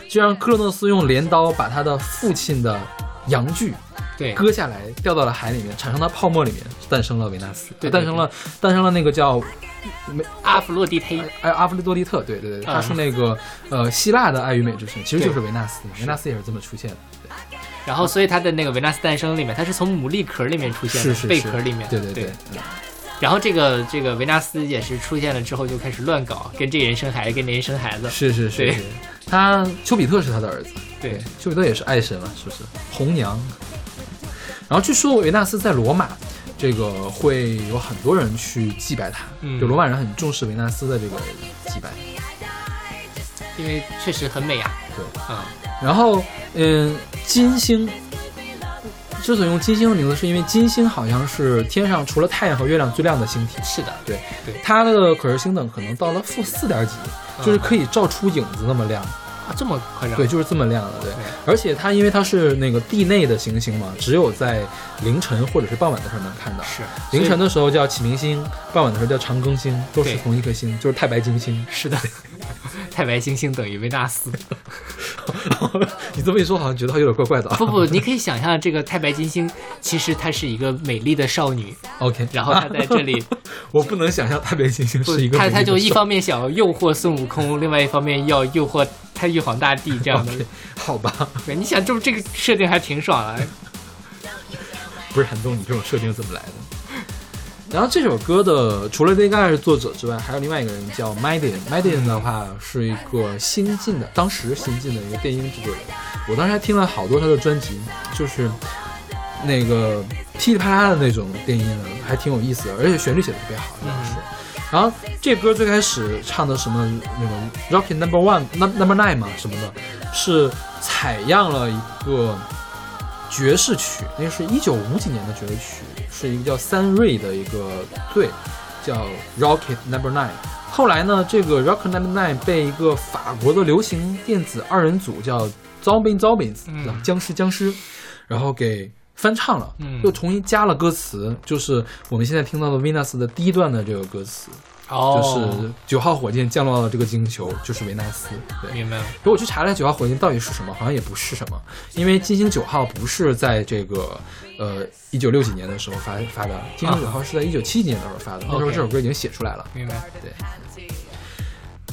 Speaker 2: 就让克洛诺斯用镰刀把他的父亲的阳具
Speaker 1: 对，
Speaker 2: 割下来掉到了海里面，产生到泡沫里面，诞生了维纳斯，
Speaker 1: 对对对
Speaker 2: 诞生了诞生了那个叫
Speaker 1: 阿弗洛狄忒，
Speaker 2: 哎，阿弗利多利特，对对对，他是
Speaker 1: 嗯
Speaker 2: 那个、呃希腊的爱与美之神，其实就是维纳斯，维纳斯也是这么出现的，
Speaker 1: 然后所以她的那个维纳斯诞生里面，她是从牡蛎壳里面出现的，
Speaker 2: 是是
Speaker 1: 贝
Speaker 2: 是
Speaker 1: 壳里面，
Speaker 2: 对对
Speaker 1: 对
Speaker 2: 对，嗯
Speaker 1: 然后这个这个维纳斯也是出现了之后就开始乱搞，跟这个人生孩子，跟那人生孩子，
Speaker 2: 是是是
Speaker 1: 对
Speaker 2: 是，他丘比特是他的儿子，
Speaker 1: 对，
Speaker 2: 丘比特也是爱神嘛，是不是？红娘。然后据说维纳斯在罗马，这个会有很多人去祭拜他，
Speaker 1: 嗯
Speaker 2: 就罗马人很重视维纳斯的这个祭拜。
Speaker 1: 因为确实很美啊，
Speaker 2: 对，
Speaker 1: 嗯，
Speaker 2: 然后，嗯，金星之所以用金星的名字，是因为金星好像是天上除了太阳和月亮最亮的星体。
Speaker 1: 是的，
Speaker 2: 对，
Speaker 1: 对
Speaker 2: 它的可视星等可能到了负四点几，
Speaker 1: 嗯
Speaker 2: 就是可以照出影子那么亮。
Speaker 1: 啊，这么夸张，
Speaker 2: 对，就是这么亮的。对
Speaker 1: 对，
Speaker 2: 而且它因为它是那个地内的行星嘛，只有在凌晨或者是傍晚的时候能看到。
Speaker 1: 是
Speaker 2: 凌晨
Speaker 1: 的，
Speaker 2: 的时候叫启明星，傍晚的时候叫长庚星，都是
Speaker 1: 对
Speaker 2: 同一颗星，就是太白金星。
Speaker 1: 是的， 太白星星等于维纳斯，
Speaker 2: 你这么一说，好像觉得它有点怪怪的啊。
Speaker 1: 不 不，你可以想象这个太白金星，其实她是一个美丽的少女，
Speaker 2: OK，
Speaker 1: 然后她在这 里
Speaker 2: 我不能想象太白金星
Speaker 1: 不
Speaker 2: 是一，个
Speaker 1: 她
Speaker 2: 美丽
Speaker 1: 她就
Speaker 2: 的
Speaker 1: 一
Speaker 2: 少
Speaker 1: 方面想要诱惑孙悟 空，另外一方面要诱惑太玉皇大帝这样的
Speaker 2: OK，好吧，
Speaker 1: 对，你想这这个设定还挺爽啊，
Speaker 2: 不是很懂你这种设定怎么来的。然后这首歌的除了 Lady Gaga 是作者之外，还有另外一个人叫 Madden，Madden 的话是一个新晋的，当时新晋的一个电音制作人。我当时还听了好多他的专辑，就是那个噼里啪啦的那种电音啊，还挺有意思的，而且旋律写的特别好，当时。然后这歌最开始唱的什么那个 Rocket Number One、Number Nine 嘛什么的，是采样了一个爵士曲，那是一九五几年的爵士曲，是一个叫三瑞的一个队，叫 Rocket Number Nine。后来呢，这个 Rocket Number Nine 被一个法国的流行电子二人组叫 Zombie Zombies，、
Speaker 1: 嗯
Speaker 2: 僵尸僵尸，然后给翻唱了，
Speaker 1: 嗯
Speaker 2: 又重新加了歌词，就是我们现在听到的 Venus 的第一段的这个歌词，
Speaker 1: 哦，
Speaker 2: 就是九号火箭降落到这个金球就是维纳斯，对，
Speaker 1: 明白了，
Speaker 2: 可我去查了九号火箭到底是什么，好像也不是什么，因为金星九号不是在这个呃一九六几年的时候发发的，金星九号是在一九七几年的时候发的，那时候
Speaker 1: OK
Speaker 2: 这首歌已经写出来了。
Speaker 1: 明白，
Speaker 2: 对，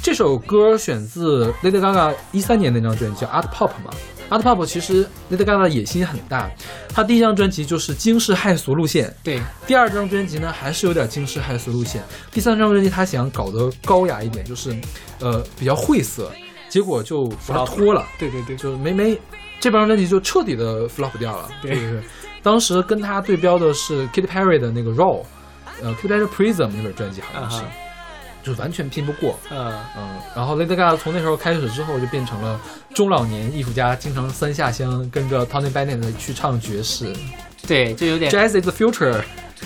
Speaker 2: 这首歌选自 Lady Gaga 一三年那张专辑叫 Art Pop 嘛。Art Pop 其实 Lady Gaga 的野心很大，她第一张专辑就是惊世骇俗路线，
Speaker 1: 对，
Speaker 2: 第二张专辑呢，还是有点惊世骇俗路线。第三张专辑他想搞得高雅一点，就是，呃，比较晦涩，结果就 flop 脱了，
Speaker 1: 对对对，
Speaker 2: 就没没这张专辑就彻底的 flop 掉了。
Speaker 1: 对
Speaker 2: 就是当时跟他对标的是 Katy Perry 的那个 Raw，呃，Katy Perry Prism 那本专辑好
Speaker 1: 啊
Speaker 2: 像是，
Speaker 1: 哈，
Speaker 2: 就完全拼不过。
Speaker 1: 嗯，
Speaker 2: 嗯，然后 Lady Gaga 从那时候开始之后就变成了中老年艺术家，经常三下乡跟着 Tony Bennett 去唱爵士
Speaker 1: 对，就有点，
Speaker 2: ，Jazz is the future。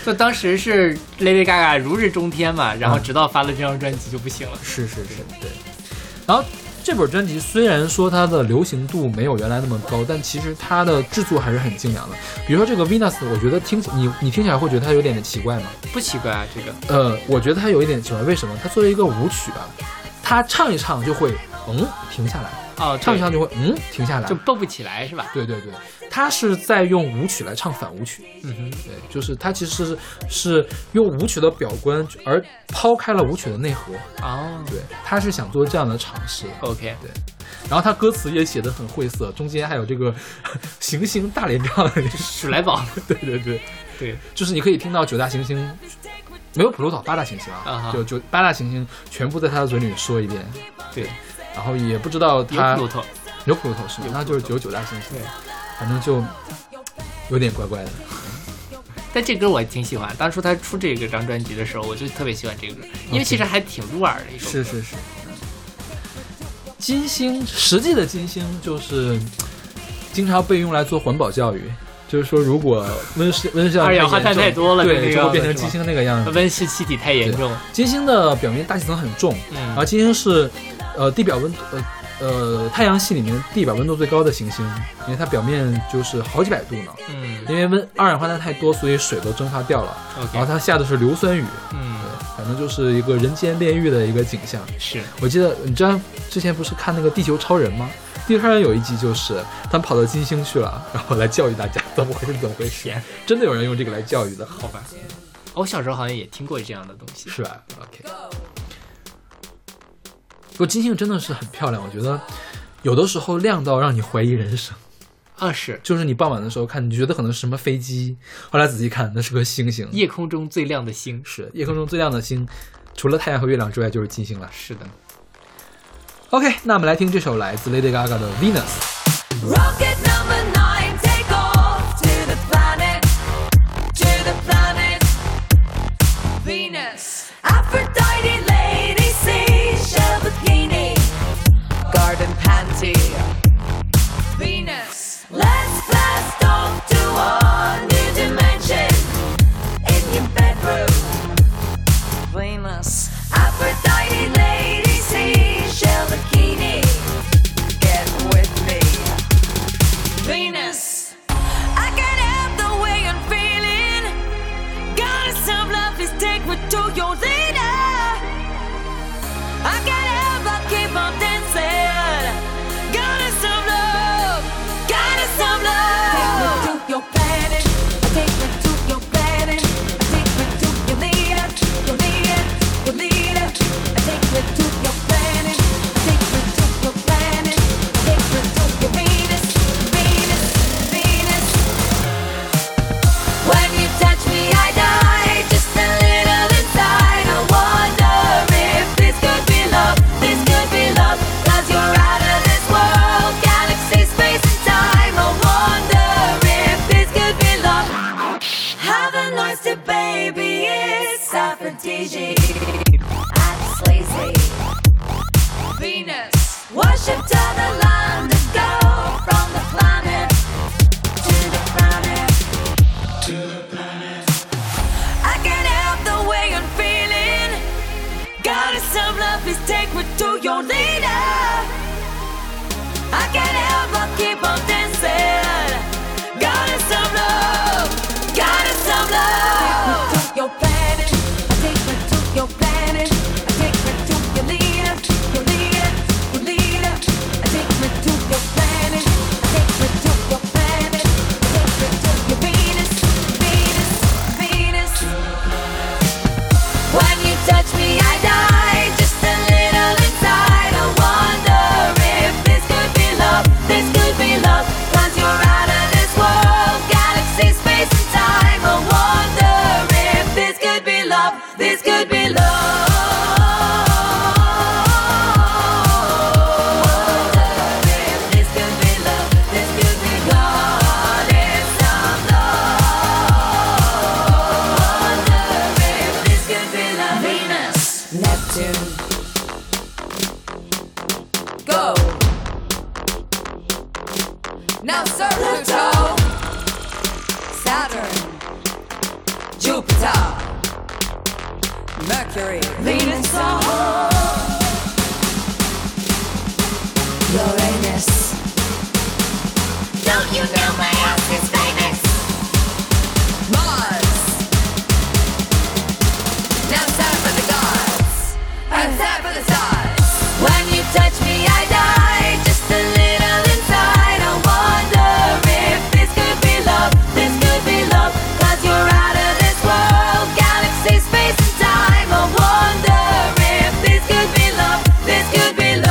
Speaker 1: 就当时是 Lady Gaga 如日中天嘛，然后
Speaker 2: 嗯
Speaker 1: 直到发了这张专辑就不行了，
Speaker 2: 是是是，对。然后这本专辑虽然说它的流行度没有原来那么高，但其实它的制作还是很精良的。比如说这个 Venus，我觉得听起你你听起来会觉得它有点点奇怪吗？
Speaker 1: 不奇怪啊，这个，
Speaker 2: 呃，我觉得它有一点奇怪，为什么？它作为一个舞曲啊，它唱一唱就会嗯停下来，
Speaker 1: 哦，
Speaker 2: 唱一
Speaker 1: 对
Speaker 2: 唱就会嗯停下来
Speaker 1: 就。蹦不起来是吧？
Speaker 2: 对对对，它是在用舞曲来唱反舞曲，
Speaker 1: 嗯哼，
Speaker 2: 对，就是它其实是是用舞曲的表观，而抛开了舞曲的内核。
Speaker 1: 哦
Speaker 2: 对，他是想做这样的尝试。
Speaker 1: ，OK，
Speaker 2: 然后他歌词也写的很晦涩，中间还有这个 行星大连唱，
Speaker 1: 鼠来宝，
Speaker 2: 对对对，
Speaker 1: 对，
Speaker 2: 就是你可以听到九大行星，没有普鲁岛八大行星
Speaker 1: 啊
Speaker 2: 啊
Speaker 1: 哈，
Speaker 2: 就就八大行星全部在他的嘴里说一遍，
Speaker 1: 对，
Speaker 2: 然后也不知道
Speaker 1: 有
Speaker 2: 他
Speaker 1: 骨头，
Speaker 2: 有普鲁头是吗
Speaker 1: 有，
Speaker 2: 那就是九九大行星，
Speaker 1: 对，
Speaker 2: 反正就有点怪怪的。
Speaker 1: 但这歌我挺喜欢，当初他出这个张专辑的时候，我就特别喜欢这个歌，因为
Speaker 2: OK
Speaker 1: 其实还挺入耳的一首歌，
Speaker 2: 是是是。金星，实际的金星就是经常被用来做环保教育，就是说如果温室温室
Speaker 1: 二氧化
Speaker 2: 太
Speaker 1: 碳
Speaker 2: 严重
Speaker 1: 太多了
Speaker 2: 对，
Speaker 1: 就那个
Speaker 2: 就会变成
Speaker 1: 是吧
Speaker 2: 金星那个样子。
Speaker 1: 温室气体太严重，
Speaker 2: 金星的表面大气层很重，
Speaker 1: 嗯
Speaker 2: 然后金星是呃地表温度呃呃太阳系里面地表温度最高的行星，因为它表面就是好几百度呢。
Speaker 1: 嗯
Speaker 2: 因为温二氧化碳太多，所以水都蒸发掉了，然后
Speaker 1: ，OK，
Speaker 2: 它下的是硫酸雨，对
Speaker 1: 嗯，，
Speaker 2: 反正就是一个人间炼狱的一个景象。
Speaker 1: 是，
Speaker 2: 我记得你知道之前不是看那个《地球超人》吗？《地球超人》有一集就是他们跑到金星去了，然后来教育大家怎么回事怎么回 事
Speaker 1: 天，
Speaker 2: 真的有人用这个来教育的，
Speaker 1: 好吧，哦我小时候好像也听过这样的东西，
Speaker 2: 是吧？OK。不过金星真的是很漂亮，我觉得有的时候亮到让你怀疑人生，
Speaker 1: 啊是，
Speaker 2: 就是你傍晚的时候看，你觉得可能是什么飞机，后来仔细看那是颗星星，
Speaker 1: 夜空中最亮的星，
Speaker 2: 是夜空中最亮的星，除了太阳和月亮之外就是金星了。
Speaker 1: 是的，
Speaker 2: OK，那我们来听这首来自 Lady Gaga 的《Venus》。
Speaker 6: Rocket number nine, take off to the planet, to the planet Venus. Aphrodite, lady, seashell bikini, garden panty, Venus. Let's blast off to a new dimension in your bedroom, Venus. Aphrodite, lady, seashell bikini get with me. Venus. I can't help the way I'm feeling. Goddess of love, please take me to your leader. I can't help but keep on dancing. Goddess of love, goddess of love. Take me to your planet. Take me to your planet. Take me to your leader. Your leader. Your leader. Take me to your planet. Take me to your planet. Take me to your Venus. Venus. Venus. When you touch me, I die. Just a little inside. I wonder if this could be love. This could be love. Cause you're out of this world. Galaxy, space, and time. I wonder if this could be love. Have an oyster, baby. It's aphrodisiac. I'm lazy. Venus. Worship to the land and go from the planet to the planet. I can't help the way I'm feeling. Goddess of love, please take me to your leader. I can't help but keep on dancing. Goddess of love.
Speaker 7: Jupiter, Mercury, Venus, or Uranus. Don't you know my house is famous? Mars. Now it's time for the gods. And it's time for the stars. When you touch me, I die. Just a little inside. I wonder if this could be love. This could be love. Cause you're out of this world. Galaxy, space, and time. I wonder if this could be love. This could be love.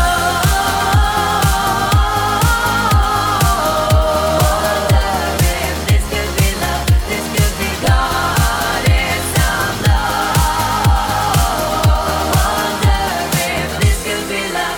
Speaker 7: If this could be love, this could be God. It's some love. If this could be love.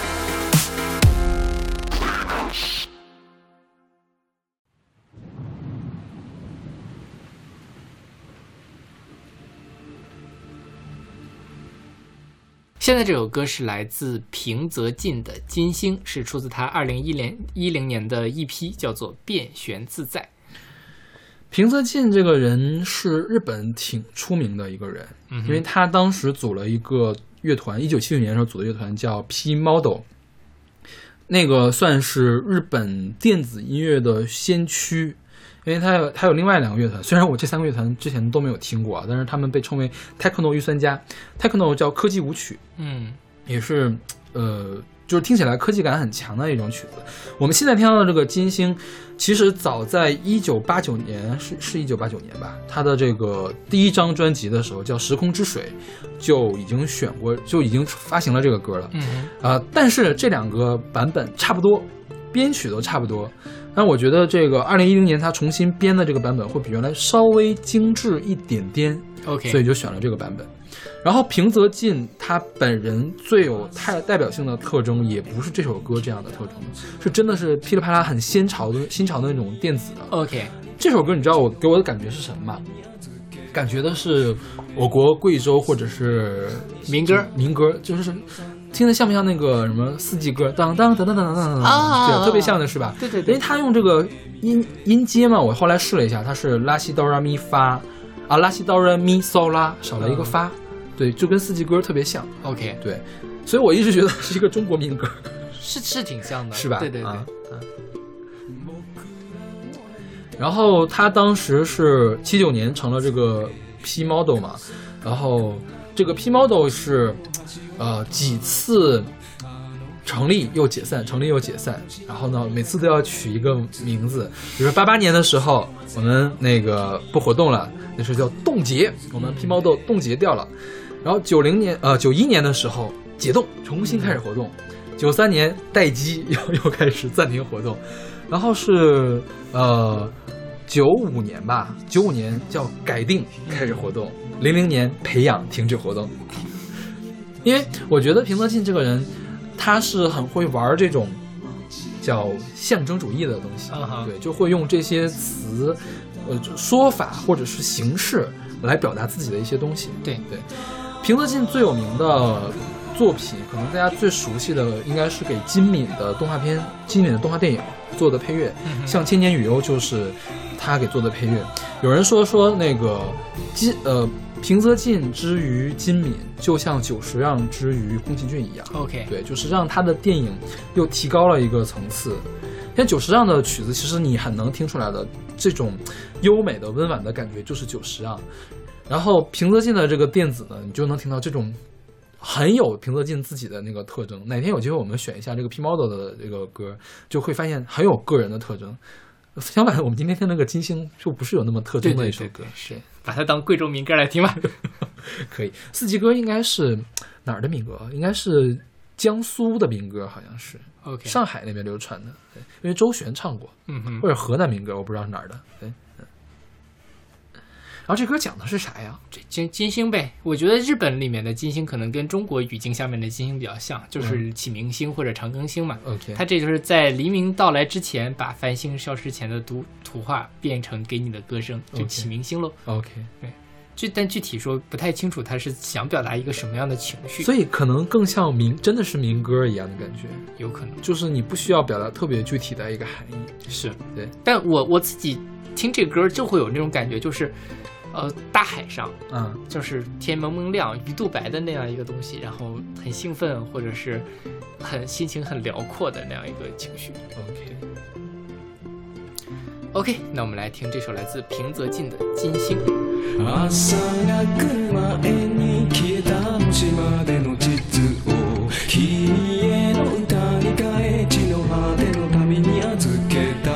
Speaker 1: 现在这首歌是来自平泽进的《金星》，是出自他二零一零一零年的一批，叫做《变旋自在》。
Speaker 2: 平泽进这个人是日本挺出名的一个人，因为他当时组了一个乐团，一九七九年的时候组的乐团叫 P Model，那个算是日本电子音乐的先驱。因为他有他有另外两个乐团，虽然我这三个乐团之前都没有听过啊，但是他们被称为 techno 预算家，techno 叫科技舞曲，
Speaker 1: 嗯，
Speaker 2: 也是呃，就是听起来科技感很强的一种曲子。我们现在听到的这个《金星》，其实早在一九八九年，是是一九八九年吧，他的这个第一张专辑的时候叫《时空之水》，就已经选过，就已经发行了这个歌了。
Speaker 1: 嗯，
Speaker 2: 呃，但是这两个版本差不多，编曲都差不多。但我觉得这个二零一零年他重新编的这个版本会比原来稍微精致一点点。
Speaker 1: OK，
Speaker 2: 所以就选了这个版本。然后平泽进他本人最有太代表性的特征，也不是这首歌这样的特征，是真的是噼里啪啦很新潮的新潮的那种电子的。
Speaker 1: OK，
Speaker 2: 这首歌你知道我给我的感觉是什么吗？感觉的是我国贵州或者是
Speaker 1: 民歌
Speaker 2: 嗯民歌，就是听着像不像那个什么四季歌？当当当当当当当当，对，特别像的是吧？
Speaker 1: 啊对对
Speaker 2: 因
Speaker 1: 对
Speaker 2: 为他用这个音音阶嘛，我后来试了一下，它是拉西哆来咪发，啊，拉西哆来咪嗦拉，少了一个发，
Speaker 1: 嗯
Speaker 2: 对，就跟四季歌特别像，
Speaker 1: OK，
Speaker 2: 对，所以我一直觉得是一个中国民歌。
Speaker 1: 是是挺像的，
Speaker 2: 是吧？
Speaker 1: 对对对，
Speaker 2: 啊啊然后他当时是七九年成了这个 P model 嘛，然后这个 P model 是呃几次成立又解散，成立又解散，然后呢每次都要取一个名字，比如说八八年的时候我们那个不活动了，那时候叫冻结，我们 P model 冻结掉了，然后九零年呃九一年的时候解冻，重新开始活动。九三年待机又又开始暂停活动，然后是呃九五年吧，九五年叫改定开始活动，
Speaker 1: 嗯
Speaker 2: 零零年培养停止活动。因为我觉得平泽进这个人，他是很会玩这种叫象征主义的东西
Speaker 1: 啊哈
Speaker 2: 对，就会用这些词、呃说法或者是形式来表达自己的一些东西。
Speaker 1: 对
Speaker 2: 对，平泽进最有名的作品，可能大家最熟悉的应该是给金敏的动画片、金敏的动画电影做的配乐，
Speaker 1: 嗯
Speaker 2: 像《千年雨优》就是他给做的配乐。有人说说那个金呃平泽进之于金敏，就像久石让之于宫崎骏一样。
Speaker 1: OK
Speaker 2: 对，就是让他的电影又提高了一个层次。像久石让的曲子，其实你很能听出来的这种优美的、温婉的感觉，就是久石让。然后平泽进的这个电子呢，你就能听到这种很有平泽进自己的那个特征。哪天有机会我们选一下这个 P Model 的这个歌，就会发现很有个人的特征。相反，我们今天听那个金星就不是有那么特
Speaker 1: 对
Speaker 2: 征
Speaker 1: 对
Speaker 2: 的一
Speaker 1: 对
Speaker 2: 首
Speaker 1: 对
Speaker 2: 歌，
Speaker 1: 是把它当贵州民歌来听吧。
Speaker 2: 可以。四季歌应该是哪儿的民歌？应该是江苏的民歌，好像是
Speaker 1: OK，
Speaker 2: 上海那边流传的，对因为周璇唱过。
Speaker 1: 嗯哼
Speaker 2: 或，者河南民歌，我不知道是哪儿的。对，嗯然后这歌讲的是啥呀？
Speaker 1: 这金金星呗，我觉得日本里面的金星可能跟中国语境下面的金星比较像，就是启明星或者长庚星嘛。
Speaker 2: OK
Speaker 1: 它这就是在黎明到来之前，把繁星消失前的图图画变成给你的歌声，就
Speaker 2: OK
Speaker 1: 启明星喽。
Speaker 2: OK，
Speaker 1: 具但具体说不太清楚，他是想表达一个什么样的情绪，
Speaker 2: 所以可能更像民，真的是民歌一样的感觉，
Speaker 1: 有可能
Speaker 2: 就是你不需要表达特别具体的一个含义。
Speaker 1: 是
Speaker 2: 对。
Speaker 1: 但我我自己听这歌就会有那种感觉，就是，嗯、呃大海上，
Speaker 2: 嗯
Speaker 1: 就是天蒙蒙亮、鱼肚白的那样一个东西，然后很兴奋或者是很心情很辽阔的那样一个情绪。
Speaker 2: ，OK，
Speaker 1: OK，那我们来听这首来自平泽进的《金星》。
Speaker 8: 朝やく前に消えた虫までの地図を日への歌に変え地の果ての民に預けた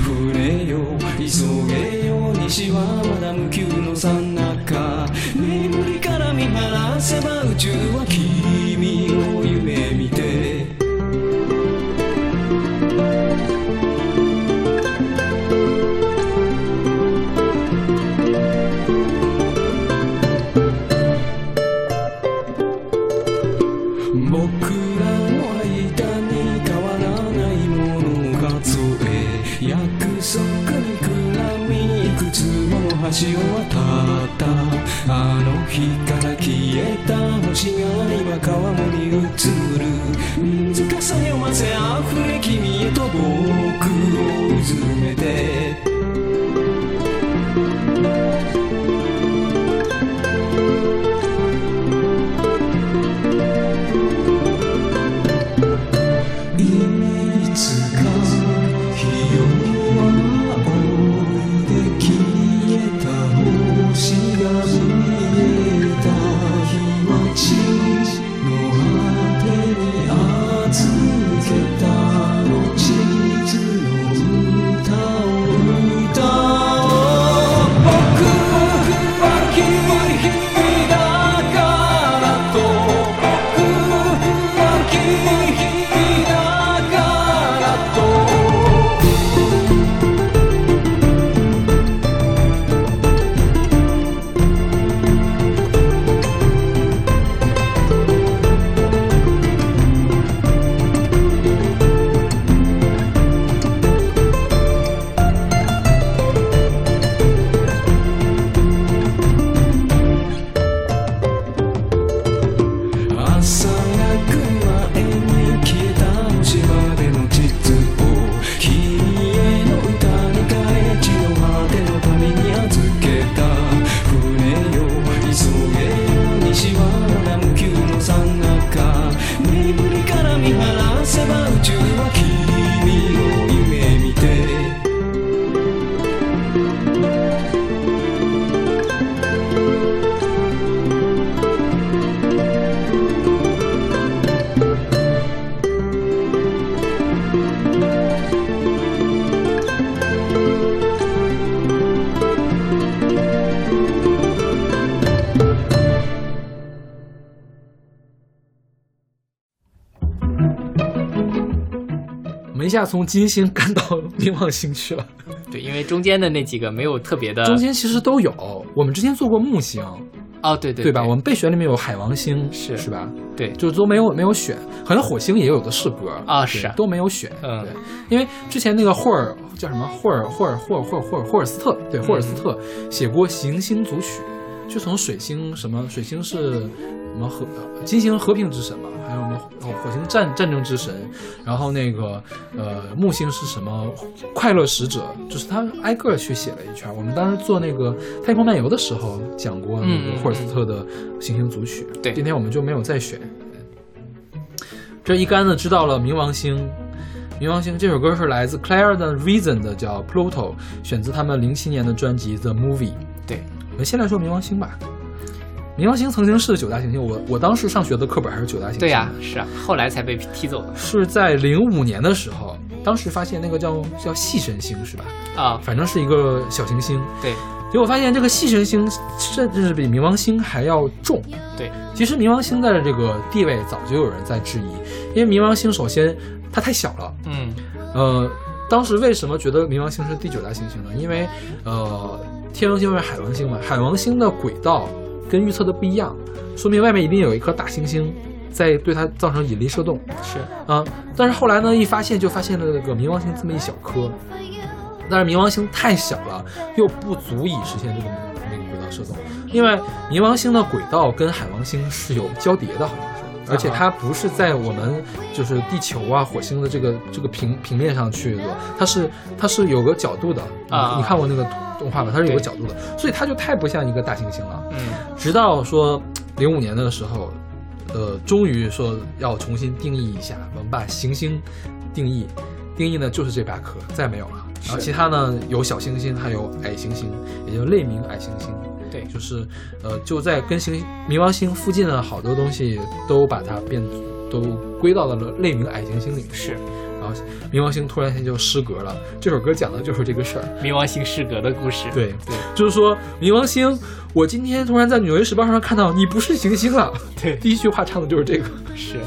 Speaker 8: 船よ急げよ西はまだ無休のさなか眠りから見晴らせば宇宙は君を夢見て僕らの間に変わらないものが数え約束にくらみいくつもの橋を渡ったあの日から消えた星が今川面に映る水かさ読ませあふれ君へと僕をうずめていつか「ひよはおいで消えた星が見えた」「日は地の果てに預けたの地図の歌を歌おう」「僕は君だからと」「僕は君だからと」「朝やく前に消えた星までの地図を」「日への歌に変え地の果ての旅に預けた」「船よ急げよ西はまだ無休のさなか」「眠りから見晴らせば宇宙は君を夢見て」
Speaker 2: 我们一下从金星干到冥王星去了，
Speaker 1: 对，因为中间的那几个没有特别的，
Speaker 2: 中间其实都有，我们之前做过木星，
Speaker 1: 哦，对对
Speaker 2: 对吧？我们备选里面有海王星，
Speaker 1: 是
Speaker 2: 是吧？
Speaker 1: 对
Speaker 2: 就是都没有没有选，好像火星也有的是歌
Speaker 1: 啊
Speaker 2: 对
Speaker 1: 是啊
Speaker 2: 都没有选，
Speaker 1: 嗯
Speaker 2: 对，因为之前那个霍尔叫什么霍尔霍尔霍尔霍尔霍尔霍尔斯特，对，霍尔
Speaker 1: 嗯
Speaker 2: 斯特写过行星组曲，就从水星什么水星是什么和金星和平之神嘛，还有什么火火星战战争之神，然后那个呃木星是什么快乐使者，就是他挨个儿去写了一圈儿。我们当时做那个太空漫游的时候讲过那
Speaker 1: 嗯嗯
Speaker 2: 个
Speaker 1: 嗯
Speaker 2: 霍尔斯特的行星组曲，
Speaker 1: 对
Speaker 2: 今天我们就没有再选。这一竿子知道了冥王星。冥王星这首歌是来自 Claire 的 Reason 的，叫 Pluto，选自他们零七年的专辑 The Movie。
Speaker 1: 对，
Speaker 2: 我们先来说冥王星吧。冥王星曾经是九大行星，我我当时上学的课本还是九大行星。
Speaker 1: 对呀、是啊，后来才被踢走的
Speaker 2: 是在零五年的时候，当时发现那个叫叫细神星是吧？
Speaker 1: 啊、
Speaker 2: 反正是一个小行星。
Speaker 1: 对
Speaker 2: 结果发现这个细神星甚至是比冥王星还要重。
Speaker 1: 对，
Speaker 2: 其实冥王星在这个地位早就有人在质疑，因为冥王星首先它太小了，
Speaker 1: 嗯
Speaker 2: 呃，当时为什么觉得冥王星是第九大行星呢？因为呃，天王星或者海王星嘛，海王星的轨道跟预测的不一样，说明外面一定有一颗大行星在对它造成引力射动
Speaker 1: 是
Speaker 2: 啊、但是后来呢，一发现就发现了那个冥王星这么一小颗，但是冥王星太小了，又不足以实现这个那个轨道射动。另外，冥王星的轨道跟海王星是有交叠的，好像是。而且它不是在我们就是地球啊、火星的这个这个平平面上去做，它是它是有个角度的
Speaker 1: 啊
Speaker 2: 你看过那个动画吧？它是有个
Speaker 1: 对
Speaker 2: 角度的，所以它就太不像一个大行星了。
Speaker 1: 嗯
Speaker 2: 直到说零五年的时候，呃，终于说要重新定义一下，我们把行星定义，定义呢就是这八颗，再没有了。然后其他呢有小行星，还有矮行星，也就类名矮行星。
Speaker 1: 对
Speaker 2: 就是呃就在跟行冥王星附近的好多东西都把它变都归到了类名矮行星里面。
Speaker 1: 是
Speaker 2: 然后冥王星突然间就失格了，这首歌讲的就是这个事儿。
Speaker 1: 冥王星失格的故事。
Speaker 2: 对
Speaker 1: 对
Speaker 2: 就是说冥王星，我今天突然在《纽约时报》上看到你不是行星了。
Speaker 1: 对
Speaker 2: 第一句话唱的就是这个，
Speaker 1: 是，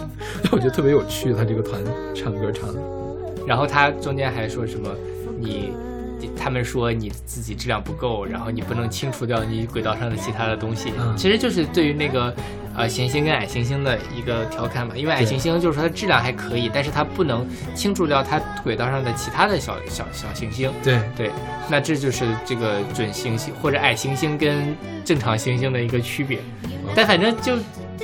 Speaker 2: 我觉得特别有趣。他这个团唱歌唱的，
Speaker 1: 然后他中间还说什么你。你他们说你自己质量不够，然后你不能清除掉你轨道上的其他的东西，
Speaker 2: 嗯
Speaker 1: 其实就是对于那个呃行星跟矮行星的一个调侃嘛。因为矮
Speaker 2: 对
Speaker 1: 行星就是说它质量还可以，但是它不能清除掉它轨道上的其他的小小小行星。
Speaker 2: 对
Speaker 1: 对，那这就是这个准行星或者矮行星跟正常行星的一个区别。
Speaker 2: 嗯
Speaker 1: 但反正就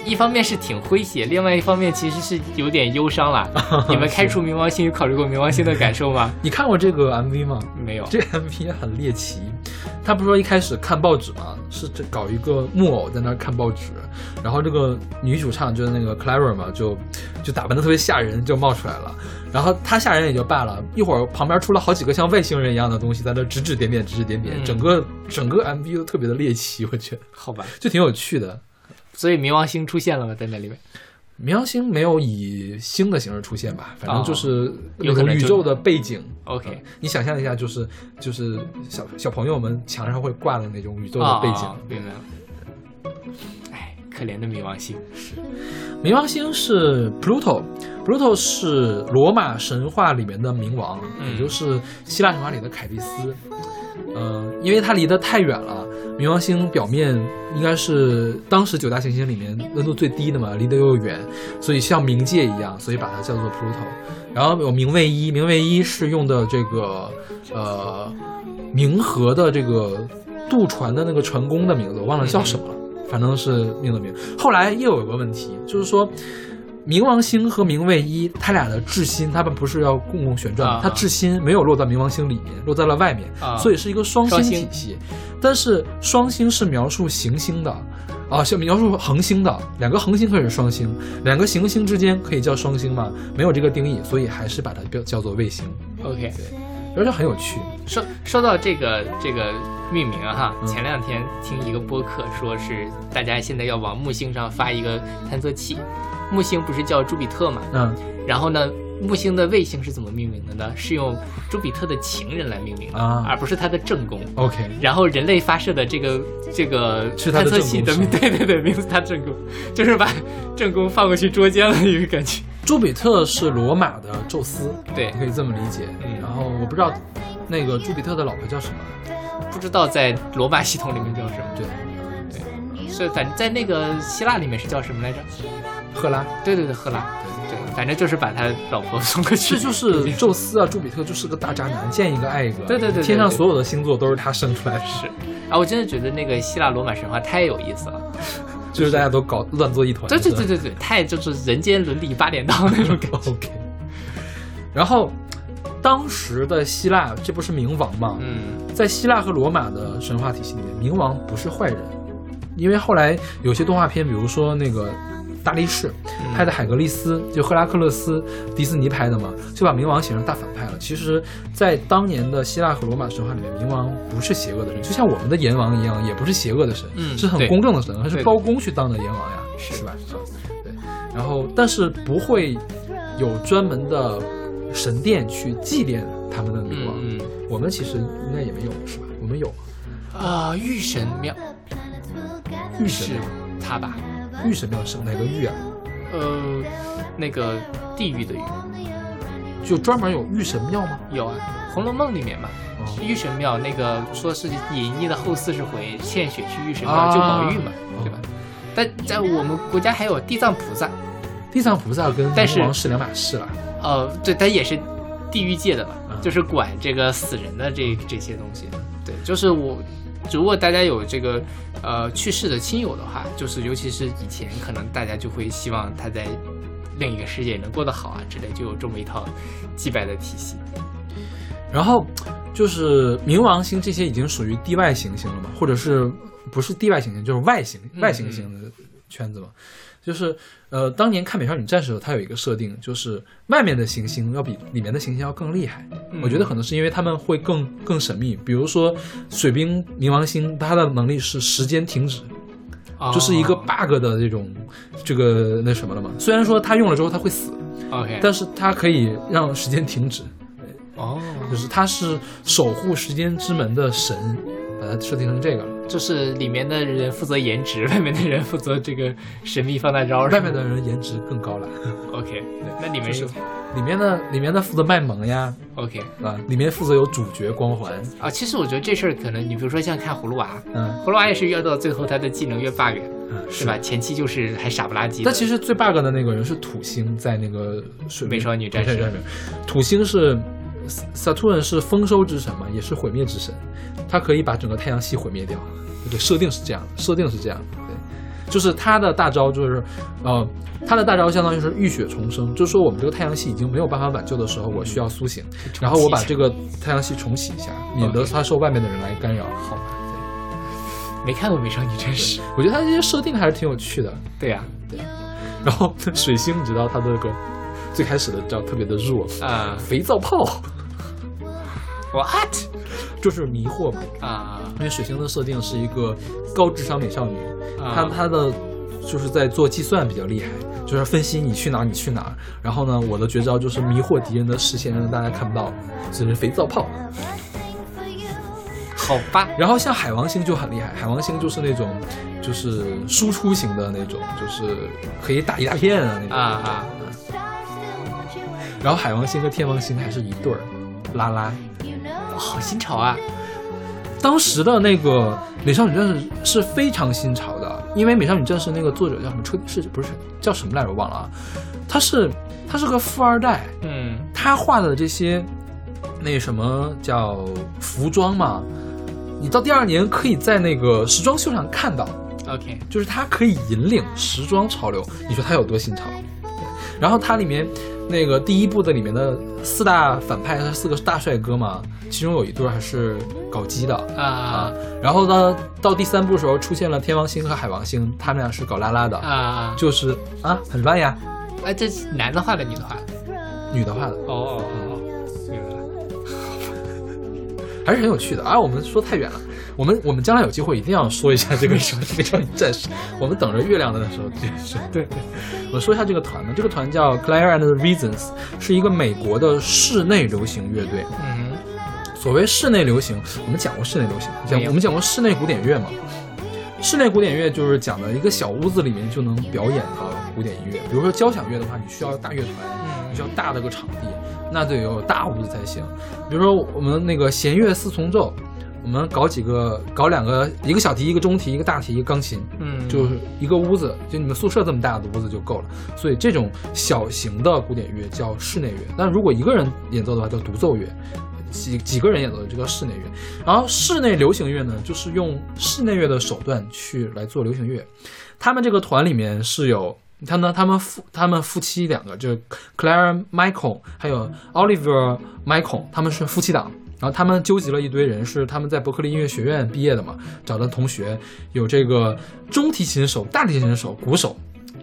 Speaker 1: 一方面是挺诙谐，另外一方面其实是有点忧 伤啦。你们开除冥王星有考虑过冥王星的感受吗？
Speaker 2: 你看过这个 MV 吗？
Speaker 1: 没有。
Speaker 2: 这 MV 很猎奇，他不是说一开始看报纸吗？是这搞一个木偶在那儿看报纸，然后这个女主唱就是那个 Clever 嘛，就就打扮的特别吓人，就冒出来了。然后她吓人也就罢了，一会儿旁边出了好几个像外星人一样的东西在那指指点点，指指点点，
Speaker 1: 嗯
Speaker 2: 整个整个 MV 都特别的猎奇，我觉得
Speaker 1: 好吧，
Speaker 2: 就挺有趣的。
Speaker 1: 所以冥王星出现了吗？在那里面？
Speaker 2: 冥王星没有以星的形式出现吧，反正就是
Speaker 1: 啊
Speaker 2: 那
Speaker 1: 有可
Speaker 2: 种
Speaker 1: 能
Speaker 2: 宇
Speaker 1: 就
Speaker 2: 宙的背景。
Speaker 1: OK
Speaker 2: 嗯你想象一下，就是就是小小朋友们墙上会挂的那种宇宙的背景。
Speaker 1: 啊明白了。哎，可怜的冥王星。
Speaker 2: 冥王星是 Pluto，Pluto 是罗马神话里面的冥王，
Speaker 1: 嗯
Speaker 2: 也就是希腊神话里的凯蒂斯。嗯、因为它离得太远了，冥王星表面应该是当时九大行星里面温度最低的嘛，离得又远，所以像冥界一样，所以把它叫做 Pluto。然后有冥卫一，冥卫一是用的这个呃冥河的这个渡船的那个船工的名字，我忘了叫什么了，反正是命的名。后来又有个问题，就是说。冥王星和冥卫一，它俩的质心，它们不是要共同旋转吗
Speaker 1: 啊？
Speaker 2: 它质心没有落到冥王星里面，落在了外面，
Speaker 1: 啊
Speaker 2: 所以是一个双
Speaker 1: 双
Speaker 2: 星
Speaker 1: 星
Speaker 2: 体系。但是双星是描述行星的，啊，是描述恒星的。两个恒星可以是双星，两个行星之间可以叫双星吗？没有这个定义，所以还是把它叫叫做卫星。
Speaker 1: OK。
Speaker 2: 而且很有趣，
Speaker 1: 说说到这个这个命名啊
Speaker 2: 嗯
Speaker 1: 哈，前两天听一个播客说是大家现在要往木星上发一个探测器，木星不是叫朱比特嘛？
Speaker 2: 嗯
Speaker 1: 然后呢，木星的卫星是怎么命名的呢？是用朱比特的情人来命名的，
Speaker 2: 啊
Speaker 1: 而不是他的正宫。
Speaker 2: ，OK，
Speaker 1: 然后人类发射的这个这个
Speaker 2: 是他
Speaker 1: 探
Speaker 2: 的
Speaker 1: 测器
Speaker 2: 正宫
Speaker 1: 对对对，名字他正宫，就是把正宫放过去捉奸了一个感觉。
Speaker 2: 朱比特是罗马的宙斯，
Speaker 1: 对
Speaker 2: 你可以这么理解。
Speaker 1: 嗯
Speaker 2: 然后我不知道那个朱比特的老婆叫什么，
Speaker 1: 不知道在罗马系统里面叫什么，
Speaker 2: 对，
Speaker 1: 是反正在那个希腊里面是叫什么来着？
Speaker 2: 赫拉。
Speaker 1: 对对对，赫拉，对，反正就是把他老婆送过去，
Speaker 2: 这就是宙斯啊，朱比特就是个大渣男，见一个爱一个。
Speaker 1: 对对对对对
Speaker 2: 天上所有的星座都是他生出来的，
Speaker 1: 是。啊，我真的觉得那个希腊罗马神话太有意思了，
Speaker 2: 就是大家都搞乱作一团。
Speaker 1: 对对
Speaker 2: 是
Speaker 1: 对
Speaker 2: 吧
Speaker 1: 对对，太就是人间伦理八点档那种感觉。
Speaker 2: OK。然后，当时的希腊，这不是冥王吗？
Speaker 1: 嗯，
Speaker 2: 在希腊和罗马的神话体系里面，冥王不是坏人，因为后来有些动画片，比如说那个《大力士》
Speaker 1: 嗯
Speaker 2: 拍的海格力斯，就赫拉克勒斯，迪士尼拍的嘛，就把冥王写成大反派了。其实，在当年的希腊和罗马神话里面，冥王不是邪恶的神，就像我们的阎王一样，也不是邪恶的神，
Speaker 1: 嗯
Speaker 2: 是很
Speaker 1: 对
Speaker 2: 公正的神，他
Speaker 1: 对
Speaker 2: 是
Speaker 1: 的
Speaker 2: 包公去当的阎王呀，是吧？是吧？对。然后，但是不会有专门的神殿去祭奠他们的冥王。
Speaker 1: 嗯嗯
Speaker 2: 我们其实应该也没有，是吧？我们有
Speaker 1: 啊，御神庙
Speaker 2: 御神
Speaker 1: 是他吧？
Speaker 2: 庙，御神庙是哪个御啊？
Speaker 1: 呃，那个地狱的狱
Speaker 2: 就专门有御神庙吗？
Speaker 1: 有啊，《红楼梦》里面嘛，
Speaker 2: 哦
Speaker 1: 御神庙那个说是隐逸的后四十回献血去御神庙
Speaker 2: 啊
Speaker 1: 救宝玉嘛，对
Speaker 2: 哦
Speaker 1: 吧？但在我们国家还有地藏菩萨，
Speaker 2: 地藏菩萨跟
Speaker 1: 但是
Speaker 2: 冥王是两码事了。
Speaker 1: 呃，对，它也是地狱界的嘛，
Speaker 2: 嗯
Speaker 1: 就是管这个死人的这这些东西的。对，就是我如果大家有这个呃去世的亲友的话，就是尤其是以前，可能大家就会希望他在另一个世界能过得好啊之类，就有这么一套祭拜的体系。
Speaker 2: 然后就是冥王星这些已经属于地外行星了嘛，或者是不是地外行星就是外行
Speaker 1: 嗯
Speaker 2: 外行星的圈子嘛。就是呃，当年看《美少女战士》的时候，它有一个设定，就是外面的行星要比里面的行星要更厉害。
Speaker 1: 嗯
Speaker 2: 我觉得可能是因为他们会更更神秘，比如说水冰冥王星，它的能力是时间停止，就是一个
Speaker 1: 哦
Speaker 2: bug 的这种这个那什么了嘛。虽然说它用了之后它会死，
Speaker 1: 哦 OK，
Speaker 2: 但是它可以让时间停止。
Speaker 1: 哦，
Speaker 2: 就是他是守护时间之门的神，把它设定成这个了。
Speaker 1: 就是里面的人负责颜值， 外面的人负责这个神秘放大招。
Speaker 2: 外面的人颜值更高了，
Speaker 1: OK，那里
Speaker 2: 就
Speaker 1: 面
Speaker 2: 是
Speaker 1: 有
Speaker 2: 里面的里面的负责卖萌呀，
Speaker 1: OK
Speaker 2: 啊，里面负责有主角光环，
Speaker 1: 啊。其实我觉得这事儿可能，你比如说像看葫芦娃，
Speaker 2: 嗯，
Speaker 1: 葫芦娃也是越到最后他的技能越 bug，
Speaker 2: 嗯
Speaker 1: 是吧？？前期就是还傻不拉几的。
Speaker 2: 但其实最 bug 的那个人是土星，在那个水
Speaker 1: 美少女战士
Speaker 2: 美少女土星是 Saturn 是丰收之神嘛，也是毁灭之神，它可以把整个太阳系毁灭掉。对，设定是这样的，设定是这样的，对，就是他的大招就是，呃，他的大招相当于是浴血重生，就是说我们这个太阳系已经没有办法挽救的时候，我需要苏醒，然后我把这个太阳系重启一下，免得它受外面的人来干扰。好，
Speaker 1: 没看过《美少女战士》。
Speaker 2: 我觉得他这些设定还是挺有趣的。
Speaker 1: 对呀、
Speaker 2: 然后水星，你知道它的那个最开始的招特别的弱，
Speaker 1: 啊，
Speaker 2: 肥皂泡
Speaker 1: what
Speaker 2: 就是迷惑嘛。
Speaker 1: 啊
Speaker 2: 因为水星的设定是一个高智商美少女，
Speaker 1: 啊
Speaker 2: 她她的就是在做计算比较厉害，就是分析你去哪儿你去哪儿。然后呢，我的绝招就是迷惑敌人的视线，让大家看不到，所以是肥皂泡。
Speaker 1: 好吧，
Speaker 2: 然后像海王星就很厉害，海王星就是那种就是输出型的那种，就是可以打一大片啊那种
Speaker 1: 啊啊，
Speaker 2: 然后海王星和天王星还是一对儿，拉拉。
Speaker 1: 好新潮啊！
Speaker 2: 当时的那个《美少女战士》是非常新潮的，因为《美少女战士》那个作者叫什么春是不是叫什么来着？我忘了啊。他是他是个富二代，
Speaker 1: 嗯，
Speaker 2: 他画的这些那什么叫服装嘛，你到第二年可以在那个时装秀上看到，
Speaker 1: OK，
Speaker 2: 就是他可以引领时装潮流。你说他有多新潮？对然后它里面那个第一部的里面的四大反派，他四个大帅哥嘛，其中有一对儿还是搞基的。啊
Speaker 1: 啊，
Speaker 2: 然后呢，到第三部的时候出现了天王星和海王星，他们俩是搞拉拉的，
Speaker 1: 啊，
Speaker 2: 就是啊，很乱呀，
Speaker 1: 啊，这是男的画的，女的画的？
Speaker 2: 女的话的，
Speaker 1: 哦哦哦哦，明白了。
Speaker 2: 还是很有趣的。啊，我们说太远了，我们我们将来有机会一定要说一下这个什么美少女战士， 我们等着月亮的时候继续说。对，对我说一下这个团吧，这个团叫 Claire and the Reasons，是一个美国的室内流行乐队。
Speaker 1: 嗯，
Speaker 2: 所谓室内流行，我们讲过室内流行，讲
Speaker 1: 没有
Speaker 2: 我们讲过室内古典乐嘛。室内古典乐就是讲的一个小屋子里面就能表演的古典音乐，比如说交响乐的话，你需要大乐团，
Speaker 1: 嗯
Speaker 2: 你需要大的个场地，那得有大屋子才行。比如说我们那个弦乐四重奏，我们搞几个，搞两个，一个小提，一个中提，一个大提，一个钢琴，
Speaker 1: 嗯
Speaker 2: 就是一个屋子，就你们宿舍这么大的屋子就够了。所以这种小型的古典乐叫室内乐，但如果一个人演奏的话叫独奏乐，几几个人演奏的就叫室内乐。然后室内流行乐呢，就是用室内乐的手段去来做流行乐。他们这个团里面是有他呢，他们夫他们夫妻两个，就是 Claire Michael 还有 Oliver Michael，他们是夫妻档。然后他们纠集了一堆人，是他们在伯克利音乐学院毕业的嘛，找的同学有这个中提琴手、大提琴手、鼓手，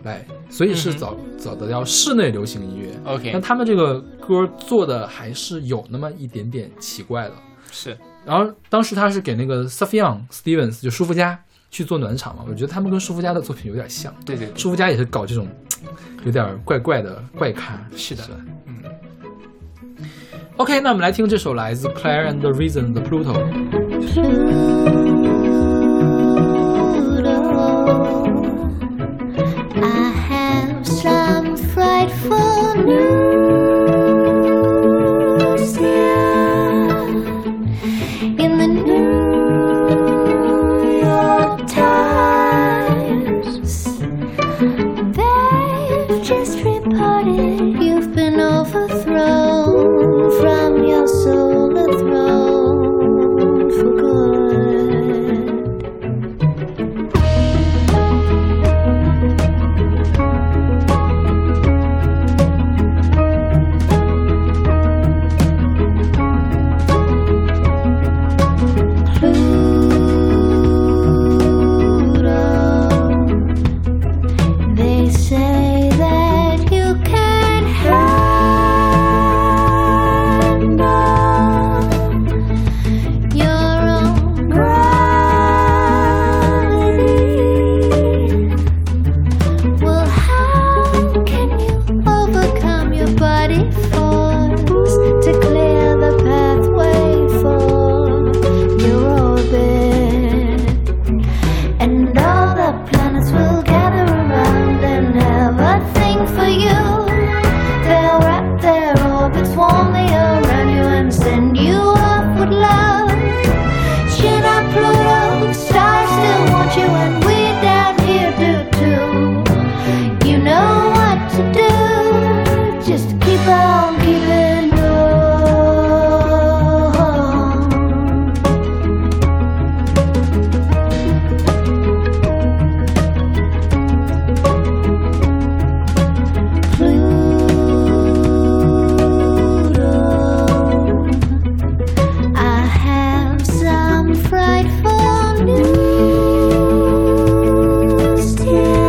Speaker 2: 来，所以是
Speaker 1: 嗯哼
Speaker 2: 找找的叫室内流行音乐。
Speaker 1: OK
Speaker 2: 但他们这个歌做的还是有那么一点点奇怪的。
Speaker 1: 是
Speaker 2: 然后当时他是给那个 Sufjan Stevens 就舒肤佳去做暖场嘛，
Speaker 1: 嗯
Speaker 2: 我觉得他们跟舒肤佳的作品有点像。
Speaker 1: 对对对，
Speaker 2: 舒肤佳也是搞这种有点怪怪的怪咖。
Speaker 1: 是的，嗯。
Speaker 2: OK，那我们来听这首来自 Claire and the Reason 的 Pluto。
Speaker 9: I have some frightful news yeah. in the New York Times. They've just reported you've been overthrown from your solar throne for good. without you and we down here do too. You know what to do, just keep on keeping on. Pluto, I have some frightful news dear.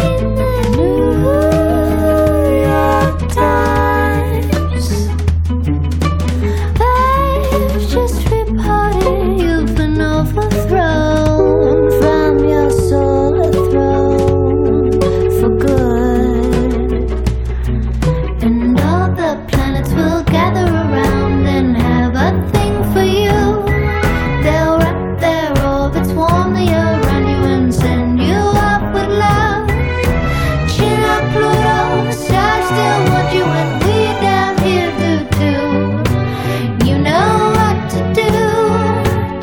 Speaker 9: in the New York Times. They've just reported you've been overthrown from your solar throne for good. And all the planets will gather around and have a thing for you. They'll wrap their orbits warmly around you and send you up with love. Chin up, Pluto, the stars still want you, and we down here do too. You know what to do,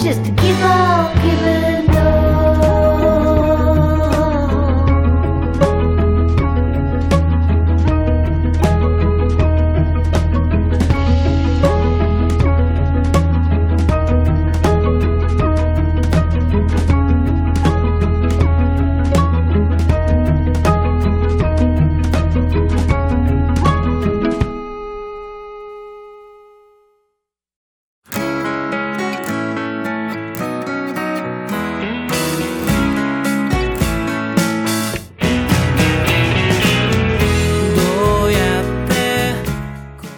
Speaker 9: just to keep on giving on.
Speaker 6: どうやって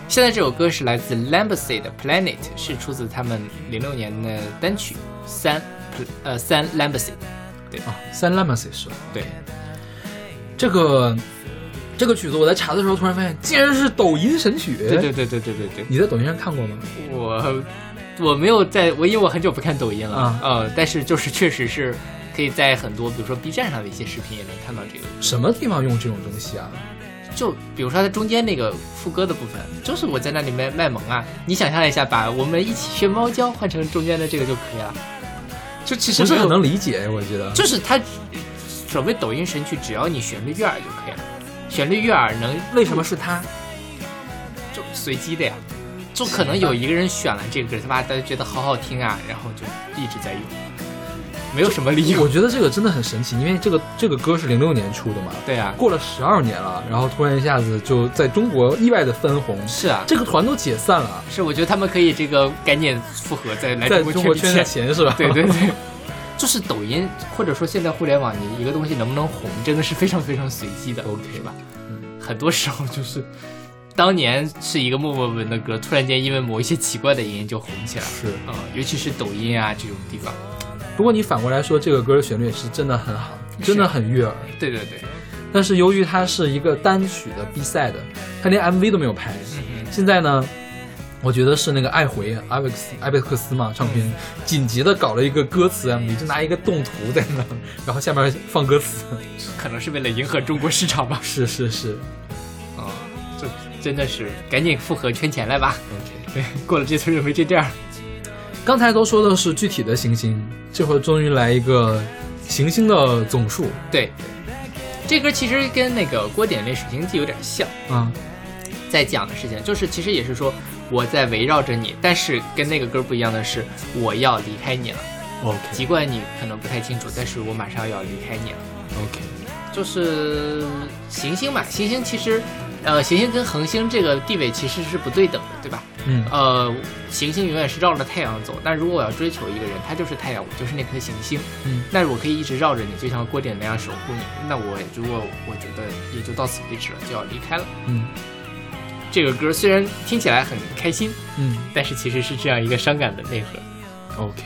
Speaker 1: 现在这首歌是来自 Lambacy 的 Planet，是出自他们零六年的单曲三，呃三 Lambacy。
Speaker 2: 啊，三 Lemons 是吧？
Speaker 1: 对，
Speaker 2: 这个这个曲子我在查的时候突然发现，竟然是抖音神曲。
Speaker 1: 对对对对对对对，
Speaker 2: 你在抖音上看过吗？
Speaker 1: 我我没有在，我因为我很久不看抖音了，
Speaker 2: 啊
Speaker 1: 呃，但是就是确实是可以在很多，比如说 B 站上的一些视频也能看到这个。
Speaker 2: 什么地方用这种东西啊？
Speaker 1: 就比如说它中间那个副歌的部分，就是我在那里面卖萌啊，你想象一下，把我们一起学猫叫换成中间的这个就可以了。就其实
Speaker 2: 不是
Speaker 1: 没有
Speaker 2: 很能理解，我觉得。
Speaker 1: 就是它所谓抖音神曲，只要你旋律悦耳就可以了。旋律悦耳能
Speaker 2: 为什么是他？
Speaker 1: 就随机的呀？
Speaker 2: 啊
Speaker 1: 就可能有一个人选了这个歌，他妈大家觉得好好听啊，然后就一直在用，没有什么理由
Speaker 2: 我。觉得这个真的很神奇，因为这个这个歌是零六年出的嘛，
Speaker 1: 对啊，
Speaker 2: 过了十二年了，然后突然一下子就在中国意外的翻红。
Speaker 1: 是啊，
Speaker 2: 这个团都解散了，
Speaker 1: 是我觉得他们可以这个赶紧复合，再来
Speaker 2: 在
Speaker 1: 中
Speaker 2: 中国
Speaker 1: 国
Speaker 2: 圈
Speaker 1: 圈
Speaker 2: 的
Speaker 1: 钱。
Speaker 2: 钱是吧？
Speaker 1: 对对对， 就是抖音或者说现在互联网，你一个东西能不能红，真的是非常非常随机的
Speaker 2: OK
Speaker 1: 是吧？很多时候就是，当年是一个默默无闻的歌，突然间因为某一些奇怪的原因就红起来了。
Speaker 2: 是。
Speaker 1: 嗯，尤其是抖音啊这种地方，
Speaker 2: 不过你反过来说，这个歌的旋律也是真的很好，真的很悦耳。
Speaker 1: 对对对，
Speaker 2: 但是由于它是一个单曲的 B 赛的，它连 MV 都没有拍。
Speaker 1: 嗯
Speaker 2: 现在呢，我觉得是那个爱回艾维克斯艾维克斯嘛唱
Speaker 1: 嗯
Speaker 2: 片紧急的搞了一个歌词 MV，就拿一个动图在那，然后下面放歌词。
Speaker 1: 可能是为了迎合中国市场 吧。
Speaker 2: 是是是，
Speaker 1: 嗯，这真的是赶紧复合圈钱来吧。对， 过了这村就没这店儿。
Speaker 2: 刚才都说的是具体的行星，这会儿终于来一个行星的总数
Speaker 1: 对，这歌其实跟那个郭典那《水星记》有点像。
Speaker 2: 啊。
Speaker 1: 在讲的事情，就是其实也是说我在围绕着你，但是跟那个歌不一样的是，我要离开你了。
Speaker 2: OK
Speaker 1: 尽管你可能不太清楚，但是我马上要离开你了。
Speaker 2: OK，
Speaker 1: 就是行星嘛，行星其实，呃，行星跟恒星这个地位其实是不对等的，对吧？
Speaker 2: 嗯
Speaker 1: 呃，行星永远是绕着太阳走。那如果我要追求一个人，他就是太阳，我就是那颗行星。
Speaker 2: 嗯，
Speaker 1: 那我可以一直绕着你，就像郭典那样守护你。那我如果我觉得也就到此为止了，就要离开了。
Speaker 2: 嗯
Speaker 1: 这个歌虽然听起来很开心，
Speaker 2: 嗯
Speaker 1: 但是其实是这样一个伤感的内核。
Speaker 2: OK，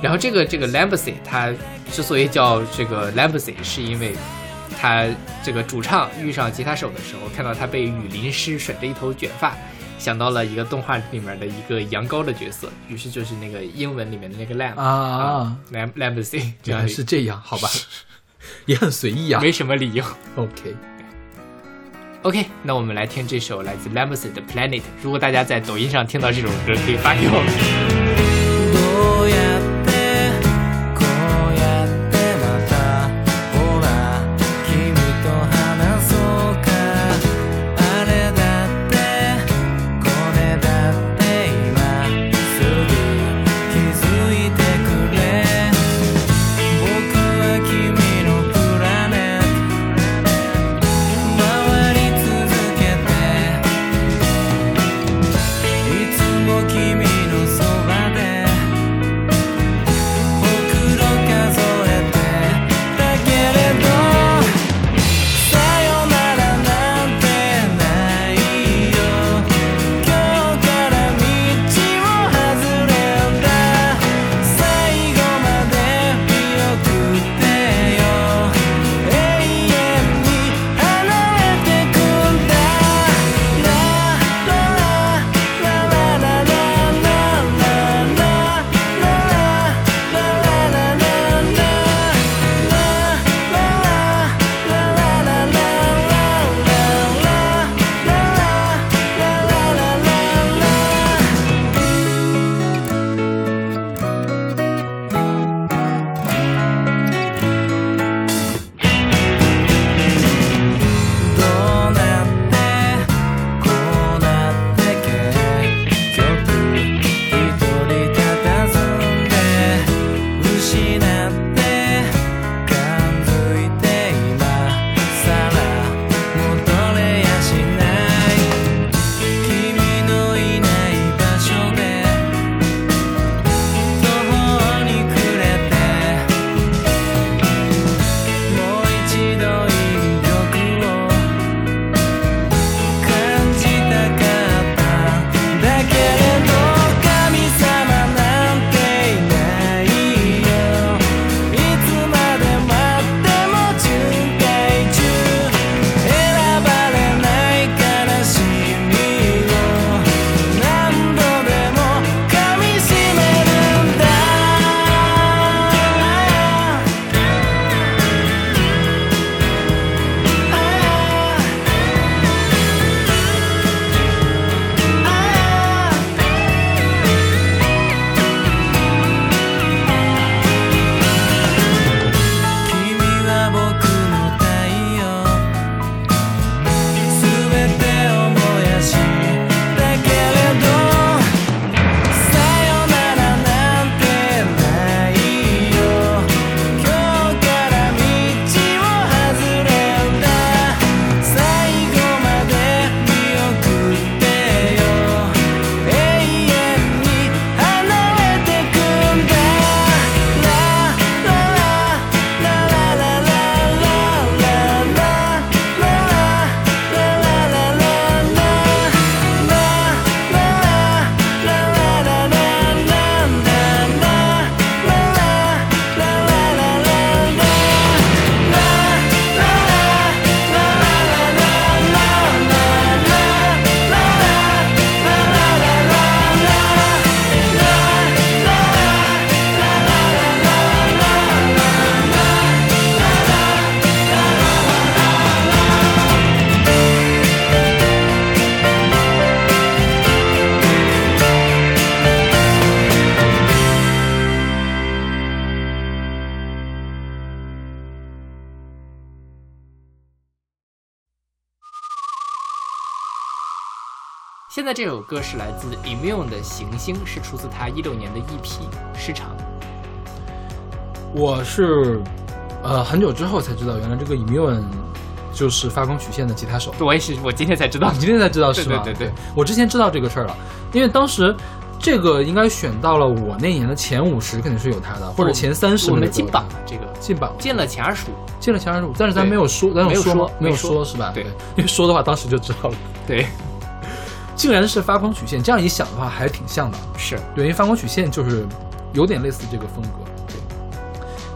Speaker 1: 然后这个这个 Lambacy 它之所以叫这个 Lambacy，是因为他这个主唱遇上吉他手的时候，看到他被雨淋湿，甩着一头卷发，想到了一个动画里面的一个羊羔的角色，于是就是那个英文里面的那个 lamb
Speaker 2: 啊啊啊
Speaker 1: ，lamb Lambacy 这
Speaker 2: 原
Speaker 1: 样
Speaker 2: 来
Speaker 1: 一
Speaker 2: 是
Speaker 1: 个
Speaker 2: 这样，好 吧，也很随意啊。
Speaker 1: 没什么理由。
Speaker 2: OK。
Speaker 1: OK，那我们来听这首来自 Lambacy 的 Planet。如果大家在抖音上听到这首歌，可以发给我们。
Speaker 6: どう
Speaker 1: 现在这首歌是来自 Immune 的《行星》，是出自他一六年的 EP《市场》。
Speaker 2: 我是呃很久之后才知道，原来这个 Immune 就是发光曲线的吉他手。
Speaker 1: 我也是，我今天才知道
Speaker 2: 啊，你今天才知道是吧？
Speaker 1: 对对对对
Speaker 2: 我之前知道这个事儿了，因为当时这个应该选到了我那年的前五十，肯定是有他的，或者前三十。
Speaker 1: 哦我们进榜了，这个
Speaker 2: 进榜了，
Speaker 1: 进了前二十五。
Speaker 2: 进了前二十五，但是咱
Speaker 1: 对
Speaker 2: 没有说，咱
Speaker 1: 没有
Speaker 2: 说吗
Speaker 1: 说
Speaker 2: 没有
Speaker 1: 没说
Speaker 2: 是吧？
Speaker 1: 对
Speaker 2: 因为说的话当时就知道了，
Speaker 1: 对，
Speaker 2: 竟然是发光曲线，这样一想的话还挺像的。
Speaker 1: 是
Speaker 2: 对，因为发光曲线就是有点类似这个风格。对，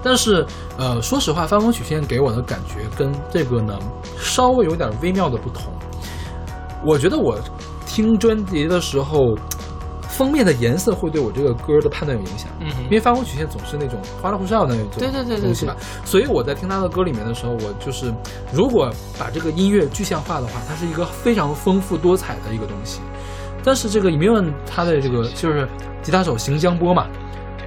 Speaker 2: 但是呃，说实话，发光曲线给我的感觉跟这个呢稍微有点微妙的不同。我觉得我听专辑的时候，封面的颜色会对我这个歌的判断有影响。
Speaker 1: 嗯哼
Speaker 2: 因为发光曲线总是那种花里胡哨的那种，
Speaker 1: 对对对对
Speaker 2: 东西吧。所以我在听他的歌里面的时候，我就是如果把这个音乐具象化的话，它是一个非常丰富多彩的一个东西。但是这个 Immune 他的这个
Speaker 1: 嗯
Speaker 2: 就是吉他手邢江波嘛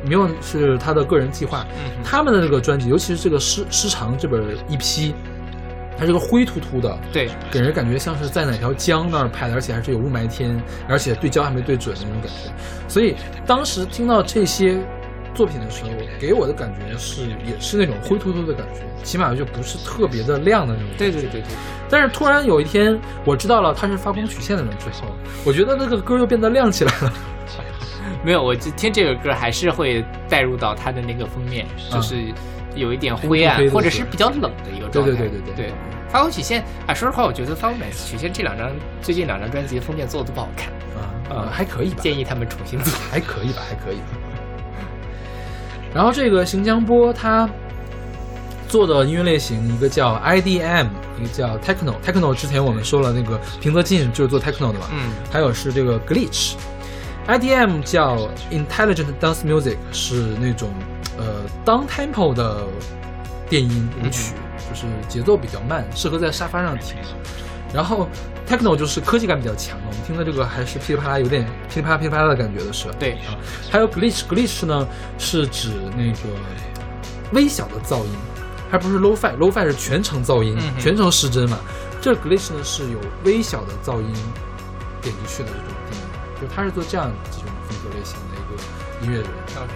Speaker 2: ，Immune 是他的个人计划，
Speaker 1: 嗯哼
Speaker 2: 他们的这个专辑，尤其是这个失失常这本一批，它是个灰秃秃的，
Speaker 1: 对，
Speaker 2: 给人感觉像是在哪条江那儿拍的，而且还是有雾霾天，而且对焦还没对准的那种感觉。所以当时听到这些作品的时候，给我的感觉是也是那种灰秃秃的感觉，起码就不是特别的亮的那种。
Speaker 1: 对对对对，
Speaker 2: 但是突然有一天，我知道了他是发光曲线的人之后，我觉得那个歌又变得亮起来了。
Speaker 1: 没有，我就听这个歌还是会带入到它的那个封面，就是有一点灰
Speaker 2: 嗯
Speaker 1: 暗
Speaker 2: 黑，的
Speaker 1: 或者
Speaker 2: 是
Speaker 1: 是
Speaker 2: 吧
Speaker 1: 比较冷的一个状态。
Speaker 2: 对对对对对
Speaker 1: 对。发光曲线啊，说实话，我觉得发光曲线这两张最近两张专辑的封面做的都不好看，
Speaker 2: 啊、还可以吧。
Speaker 1: 建议他们重新做。
Speaker 2: 还可以吧，还可以吧。然后这个邢江波他做的音乐类型，一个叫 IDM，一个叫 Techno。Techno 之前我们说了，那个平泽进就是做 Techno 的嘛。
Speaker 1: 嗯。
Speaker 2: 还有是这个 Glitch。IDM 叫 Intelligent Dance Music，是那种呃 down tempo 的电音舞曲，就是节奏比较慢，适合在沙发上听。然后 techno 就是科技感比较强的，我们听的这个还是噼里啪啦，有点噼里啪啦噼里啪啦的感觉的是。
Speaker 1: 对
Speaker 2: 啊，还有 glitch，glitch 呢是指那个微小的噪音，还不是 low fi，low fi 是全程噪音，
Speaker 1: 嗯哼
Speaker 2: 全程失真嘛。这个 glitch 呢是有微小的噪音点进去的这种电音，就他是做这样几种风格类型的一个音乐人。
Speaker 1: OK，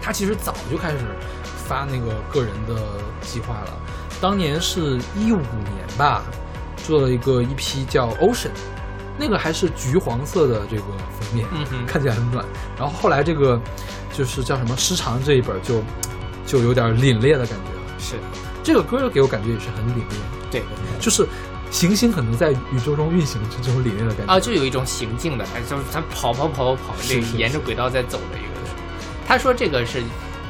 Speaker 2: 他其实早就开始发那个个人的计划了，当年是一五年吧，做了一个一批叫 Ocean，那个还是橘黄色的这个封面，
Speaker 1: 嗯哼
Speaker 2: 看起来很暖。然后后来这个就是叫什么失常这一本就就有点凛冽的感觉了。
Speaker 1: 是
Speaker 2: 这个歌给我感觉也是很凛冽，
Speaker 1: 对。
Speaker 2: 就是行星可能在宇宙中运行这种凛冽的感觉。
Speaker 1: 啊，就有一种行进的，哎就是他跑跑跑跑跑，这
Speaker 2: 是
Speaker 1: 个
Speaker 2: 是
Speaker 1: 沿着轨道在走的一个。他说这个是，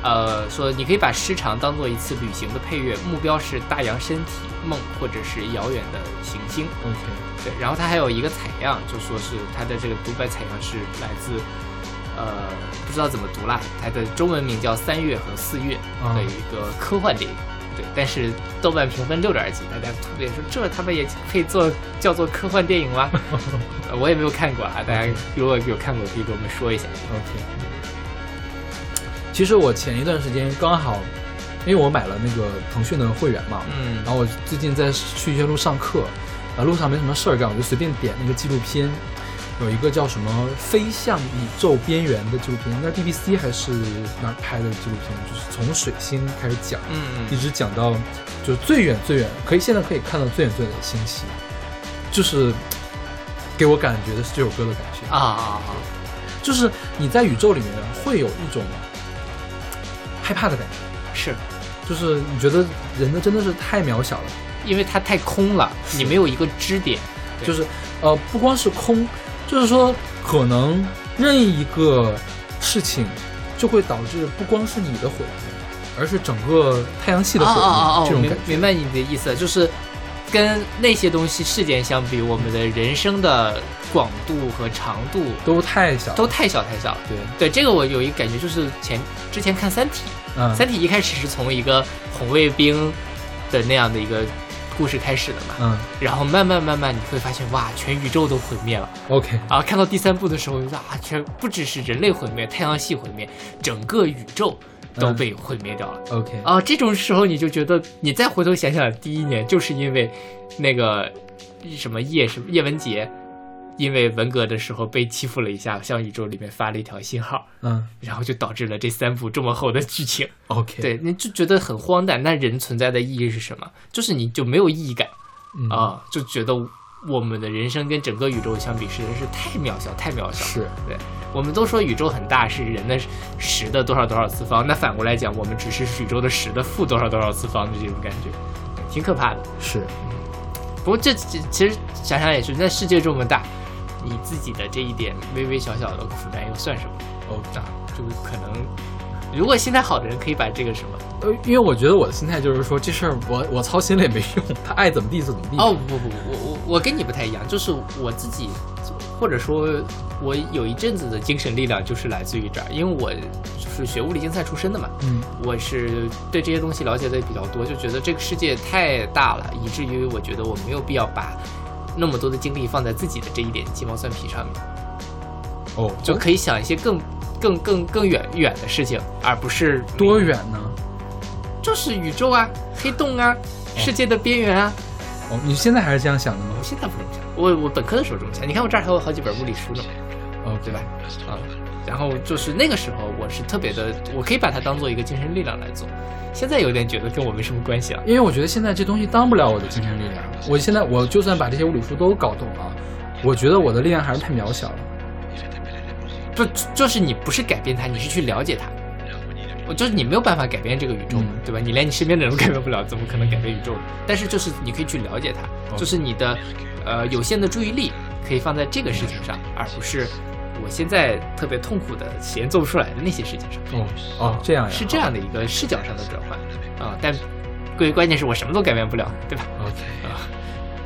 Speaker 1: 呃，说你可以把时长当做一次旅行的配乐，目标是大洋、身体、梦或者是遥远的行星。
Speaker 2: OK，
Speaker 1: 对，然后他还有一个采样，就说是他的这个独白采样是来自，呃，不知道怎么读啦，它的中文名叫《三月和四月》的一个科幻电影。对，但是豆瓣评分六点几，大家特别说这他们也可以做叫做科幻电影 吗？呃我也没有看过啊，大家如果有看过可以给我们说一下。
Speaker 2: OK。其实我前一段时间刚好，因为我买了那个腾讯的会员嘛，
Speaker 1: 嗯
Speaker 2: 然后我最近在去学路上课，啊，路上没什么事儿干，我就随便点那个纪录片，有一个叫什么《飞向宇宙边缘》的纪录片，应该是 BBC 还是哪儿拍的纪录片，就是从水星开始讲，
Speaker 1: 嗯
Speaker 2: 一直讲到就是最远最远，可以现在可以看到最远最远的星系，就是给我感觉的是这首歌的感觉
Speaker 1: 啊啊啊！
Speaker 2: 就是你在宇宙里面会有一种害怕的感觉，
Speaker 1: 是
Speaker 2: 就是你觉得人的真的是太渺小了，
Speaker 1: 因为它太空了，你没有一个支点。对
Speaker 2: 就是呃不光是空，就是说可能任意一个事情就会导致不光是你的毁灭，而是整个太阳系的
Speaker 1: 啊
Speaker 2: 毁灭、
Speaker 1: 啊啊啊！
Speaker 2: 这
Speaker 1: 我
Speaker 2: 种
Speaker 1: 明
Speaker 2: 感觉。
Speaker 1: 明白你的意思，就是跟那些东西事件相比，我们的人生的广度和长度
Speaker 2: 都太小了，
Speaker 1: 都太小太小了。
Speaker 2: 对，
Speaker 1: 对这个我有一个感觉，就是前之前看《三体》，
Speaker 2: 嗯，
Speaker 1: 三体》一开始是从一个红卫兵的那样的一个故事开始的嘛，
Speaker 2: 嗯
Speaker 1: 然后慢慢慢慢你会发现，哇，全宇宙都毁灭了。
Speaker 2: ，OK，
Speaker 1: 啊，看到第三部的时候，我就说啊，全不只是人类毁灭，太阳系毁灭，整个宇宙都被毁灭掉了。
Speaker 2: OK，
Speaker 1: 啊，这种时候你就觉得，你再回头想想，第一年就是因为那个什么叶什么叶文洁因为文革的时候被欺负了一下，向宇宙里面发了一条信号，
Speaker 2: 嗯
Speaker 1: 然后就导致了这三部这么厚的剧情。
Speaker 2: ，OK，，
Speaker 1: 对，你就觉得很荒诞。那人存在的意义是什么？就是你就没有意义感
Speaker 2: 嗯，
Speaker 1: 啊，就觉得我们的人生跟整个宇宙相比，实在是太渺小，太渺小。
Speaker 2: 是，
Speaker 1: 对，我们都说宇宙很大，是人的十的多少多少次方。那反过来讲，我们只是宇宙的十的负多少多少次方的这种感觉，挺可怕的。
Speaker 2: 是，
Speaker 1: 不过这这其实想想也是，那世界这么大，你自己的这一点微微小小的苦难又算什么？
Speaker 2: 哦，
Speaker 1: 那就可能，如果心态好的人可以把这个什么
Speaker 2: 呃，因为我觉得我的心态就是说，这事儿我我操心了也没用，他爱怎么地怎么地。
Speaker 1: 哦，不不不，我我我跟你不太一样，就是我自己，或者说，我有一阵子的精神力量就是来自于这儿，因为我就是学物理竞赛出身的嘛，
Speaker 2: 嗯，
Speaker 1: 我是对这些东西了解的比较多，就觉得这个世界太大了，以至于我觉得我没有必要把那么多的精力放在自己的这一点鸡毛蒜皮上面，
Speaker 2: 哦，
Speaker 1: 就可以想一些更更更更远远的事情，而不是
Speaker 2: 多远呢？
Speaker 1: 就是宇宙啊、黑洞啊、世界的边缘啊。
Speaker 2: 哦，你现在还是这样想的吗
Speaker 1: 我现在不这么想，我我本科的时候这么想。你看我这儿还有好几本物理书呢，
Speaker 2: 哦，
Speaker 1: 对吧？啊、然后就是那个时候我是特别的，我可以把它当做一个精神力量来做。现在有点觉得跟我没什么关系了。
Speaker 2: 因为我觉得现在这东西当不了我的精神力量。我现在我就算把这些物理书都搞懂了，我觉得我的力量还是太渺小了。
Speaker 1: 就就是你不是改变它，你是去了解它。我就是你没有办法改变这个宇宙，
Speaker 2: 嗯
Speaker 1: 对吧？你连你身边的人都改变不了，怎么可能改变宇宙？但是就是你可以去了解它，
Speaker 2: 哦
Speaker 1: 就是你的呃有限的注意力可以放在这个事情上，而不是我现在特别痛苦的实验做不出来的那些事情上。
Speaker 2: 哦哦，这样呀，
Speaker 1: 是这样的一个视角上的转换啊、但关关键是我什么都改变不了，对吧？
Speaker 2: OK 啊。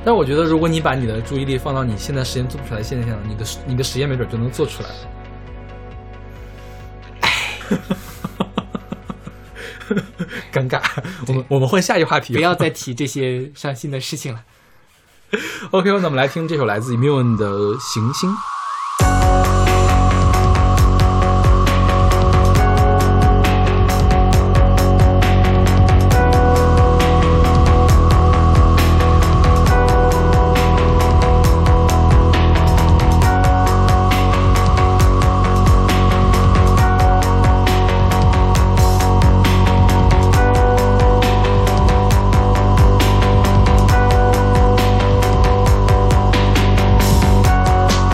Speaker 2: 但我觉得，如果你把你的注意力放到你现在实验做不出来的现象，你的你的实验没准就能做出来。哎 尴尬，我们我们换下一话题。
Speaker 1: 不要再提这些伤心的事情了。
Speaker 2: OK，那我们来听这首来自 Immune 的《行星》。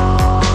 Speaker 9: 我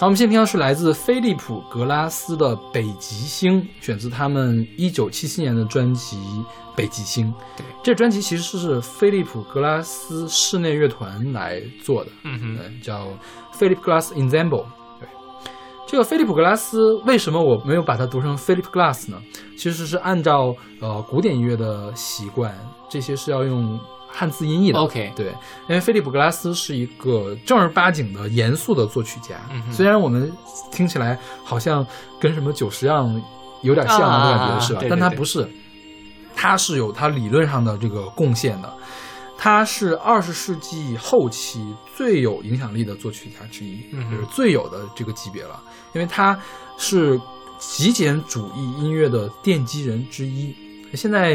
Speaker 2: 好，我们先听到是来自菲利普·格拉斯的《北极星》，选自他们一九七七年的专辑《北极星》。
Speaker 1: 对，
Speaker 2: 这专辑其实是菲利普·格拉斯室内乐团来做的，
Speaker 1: 嗯哼
Speaker 2: 对，叫 Philip Glass Ensemble。对，这个菲利普·格拉斯为什么我没有把它读成 Philip Glass 呢？其实是按照呃古典音乐的习惯，这些是要用汉字音译的。
Speaker 1: OK
Speaker 2: 对，因为菲利普·格拉斯是一个正儿八经的、严肃的作曲家。
Speaker 1: 嗯哼
Speaker 2: 虽然我们听起来好像跟什么九十样有点像的
Speaker 1: 啊
Speaker 2: 感觉，是吧？
Speaker 1: 对对
Speaker 2: 但他
Speaker 1: 对
Speaker 2: 不是，他是有他理论上的这个贡献的。他是二十世纪后期最有影响力的作曲家之一，
Speaker 1: 嗯哼
Speaker 2: 就是最有的这个级别了，因为他是极简主义音乐的奠基人之一。现在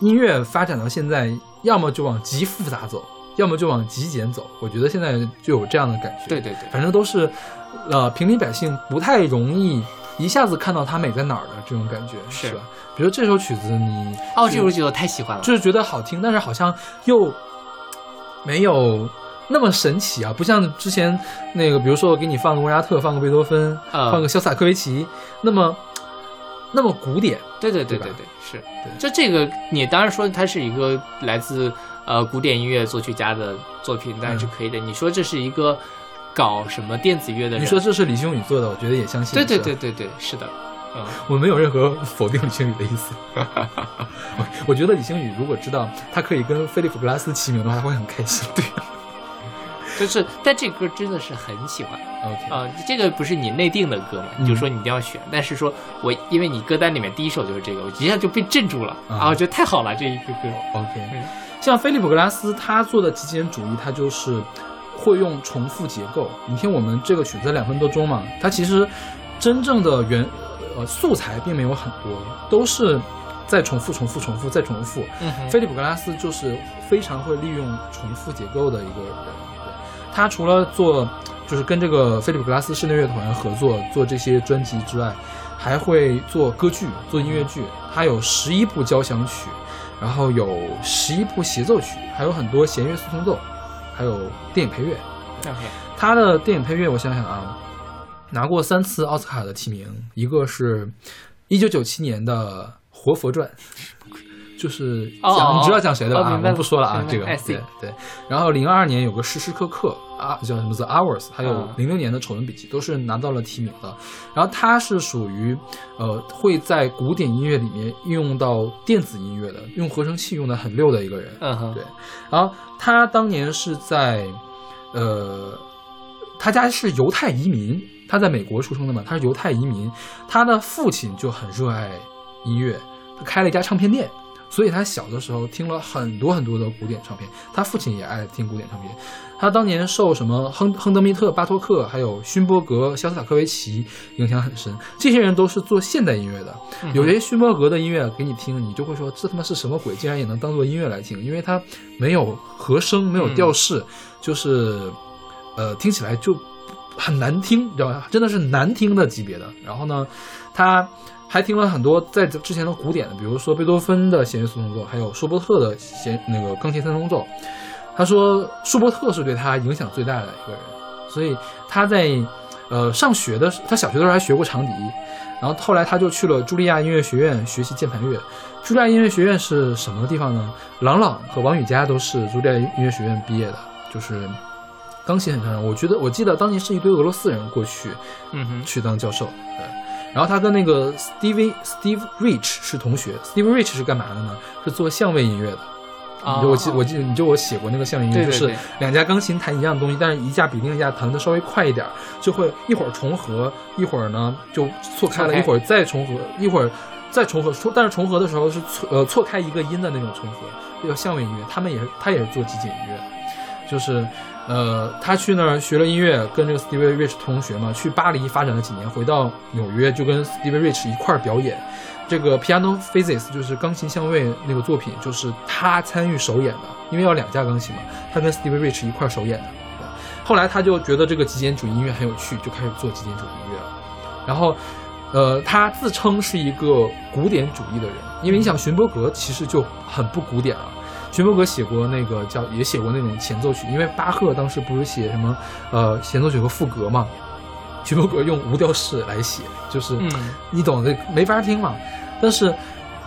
Speaker 2: 音乐发展到现在，要么就往极复杂走，要么就往极简走。我觉得现在就有这样的感觉。
Speaker 1: 对对对，
Speaker 2: 反正都是，呃，平民百姓不太容易一下子看到它美在哪儿的这种感觉，
Speaker 1: 是
Speaker 2: 是吧？比如这首曲子你
Speaker 1: 哦，这首曲子我太喜欢了，
Speaker 2: 就是觉得好听，但是好像又没有那么神奇啊，不像之前那个，比如说我给你放个莫扎特，放个贝多芬，
Speaker 1: 嗯
Speaker 2: 放个肖斯塔科维奇，那么那么古典，
Speaker 1: 对对对
Speaker 2: 对吧
Speaker 1: 对，是。就这个，你当然说它是一个来自呃古典音乐作曲家的作品，当然
Speaker 2: 嗯
Speaker 1: 是可以的。你说这是一个搞什么电子乐的人？
Speaker 2: 你说这是李星宇做的，我觉得也相信。
Speaker 1: 对对
Speaker 2: 是吧
Speaker 1: 对，对对，是的，嗯，
Speaker 2: 我没有任何否定李星宇的意思。我我觉得李星宇如果知道他可以跟菲利普·格拉斯齐名的话，他会很开心。对
Speaker 1: 就是，但这歌真的是很喜欢
Speaker 2: ，OK，、
Speaker 1: 啊、这个不是你内定的歌嘛？
Speaker 2: 嗯
Speaker 1: 你就说你一定要选，但是说我因为你歌单里面第一首就是这个，我一下就被镇住了、
Speaker 2: 啊
Speaker 1: 啊！我觉得太好了，这一个歌，
Speaker 2: OK，
Speaker 1: 嗯
Speaker 2: 像菲利普·格拉斯他做的极简主义，他就是会用重复结构。你听我们这个曲子两分多钟嘛，它其实真正的原呃素材并没有很多，都是在重复、重复、重复再重复。
Speaker 1: 嗯哼
Speaker 2: 菲利普·格拉斯就是非常会利用重复结构的一个人。对他除了做就是跟这个菲利普·格拉斯室内乐团合作做这些专辑之外，还会做歌剧、做音乐剧。他有十一部交响曲，然后有十一部协奏曲，还有很多弦乐四重奏，还有电影配乐。
Speaker 1: OK，
Speaker 2: 他的电影配乐，我想想啊，拿过三次奥斯卡的提名，一个是1997年的《活佛传》，就是讲、
Speaker 1: 哦哦哦
Speaker 2: 你知道讲谁的吧？
Speaker 1: 哦
Speaker 2: 啊
Speaker 1: 明白
Speaker 2: 我
Speaker 1: 了
Speaker 2: 不说了啊
Speaker 1: 明，白
Speaker 2: 这个
Speaker 1: I see
Speaker 2: 对对。然后零二年有个时时刻刻啊，叫什么 The Hours，还有
Speaker 1: 嗯
Speaker 2: 零六年的《丑闻笔记》都是拿到了提名的。然后他是属于呃会在古典音乐里面应用到电子音乐的，用合成器用的很溜的一个人。
Speaker 1: 嗯哼，
Speaker 2: 对然后他当年是在，呃，他家是犹太移民，他在美国出生的嘛，他是犹太移民，他的父亲就很热爱音乐，他开了一家唱片店，所以他小的时候听了很多很多的古典唱片，他父亲也爱听古典唱片，他当年受什么亨亨德密特、巴托克，还有勋伯格、肖斯塔科维奇影响很深，这些人都是做现代音乐的，有些勋伯格的音乐给你听，你就会说这他妈是什么鬼，竟然也能当做音乐来听，因为它没有和声，没有调式，就是呃听起来就很难听，你知道吧？真的是难听的级别的。然后呢，他还听了很多在之前的古典的，比如说贝多芬的弦乐四重奏，还有舒伯特的弦那个钢琴三重奏。他说舒伯特是对他影响最大的一个人，所以他在呃上学的时，他小学的时候还学过长笛，然后后来他就去了茱莉亚音乐学院学习键盘乐。茱莉亚音乐学院是什么地方呢？郎朗和王羽佳都是茱莉亚音乐学院毕业的，就是钢琴很擅长。我觉得我记得当年是一堆俄罗斯人过去
Speaker 1: 嗯哼，
Speaker 2: 去当教授，对。然后他跟那个 Steve Steve Rich 是同学，Steve Rich 是干嘛的呢？是做相位音乐的。你嗯
Speaker 1: 啊
Speaker 2: 就我记我记你就我写过那个相位音
Speaker 1: 对
Speaker 2: 乐，
Speaker 1: 对
Speaker 2: 就是
Speaker 1: 对
Speaker 2: 两架钢琴弹一样的东西，但是一架比另一架弹的稍微快一点儿，就会一会儿重合，一会儿呢就错开
Speaker 1: 错
Speaker 2: 了，
Speaker 1: 开
Speaker 2: 一会儿再重合，一会儿再重合，错但是重合的时候是错呃错开一个音的那种重合，叫相位音乐。他们也是他也是做极简音乐的，就是呃，他去那儿学了音乐，跟这个 Stevie Rich 同学嘛，去巴黎发展了几年，回到纽约就跟 Stevie Rich 一块儿表演。这个 Piano Physics 就是钢琴相位那个作品，就是他参与首演的，因为要两架钢琴嘛，他跟 Stevie Rich 一块儿首演的。对后来他就觉得这个极简主义音乐很有趣，就开始做极简主义音乐了。然后，呃，他自称是一个古典主义的人，因为你想，荀伯格其实就很不古典了。荀伯格写过那个叫，也写过那种前奏曲，因为巴赫当时不是写什么呃前奏曲和赋格嘛，只不过用无调式来写，就是
Speaker 1: 嗯
Speaker 2: 你懂的没法听嘛。但是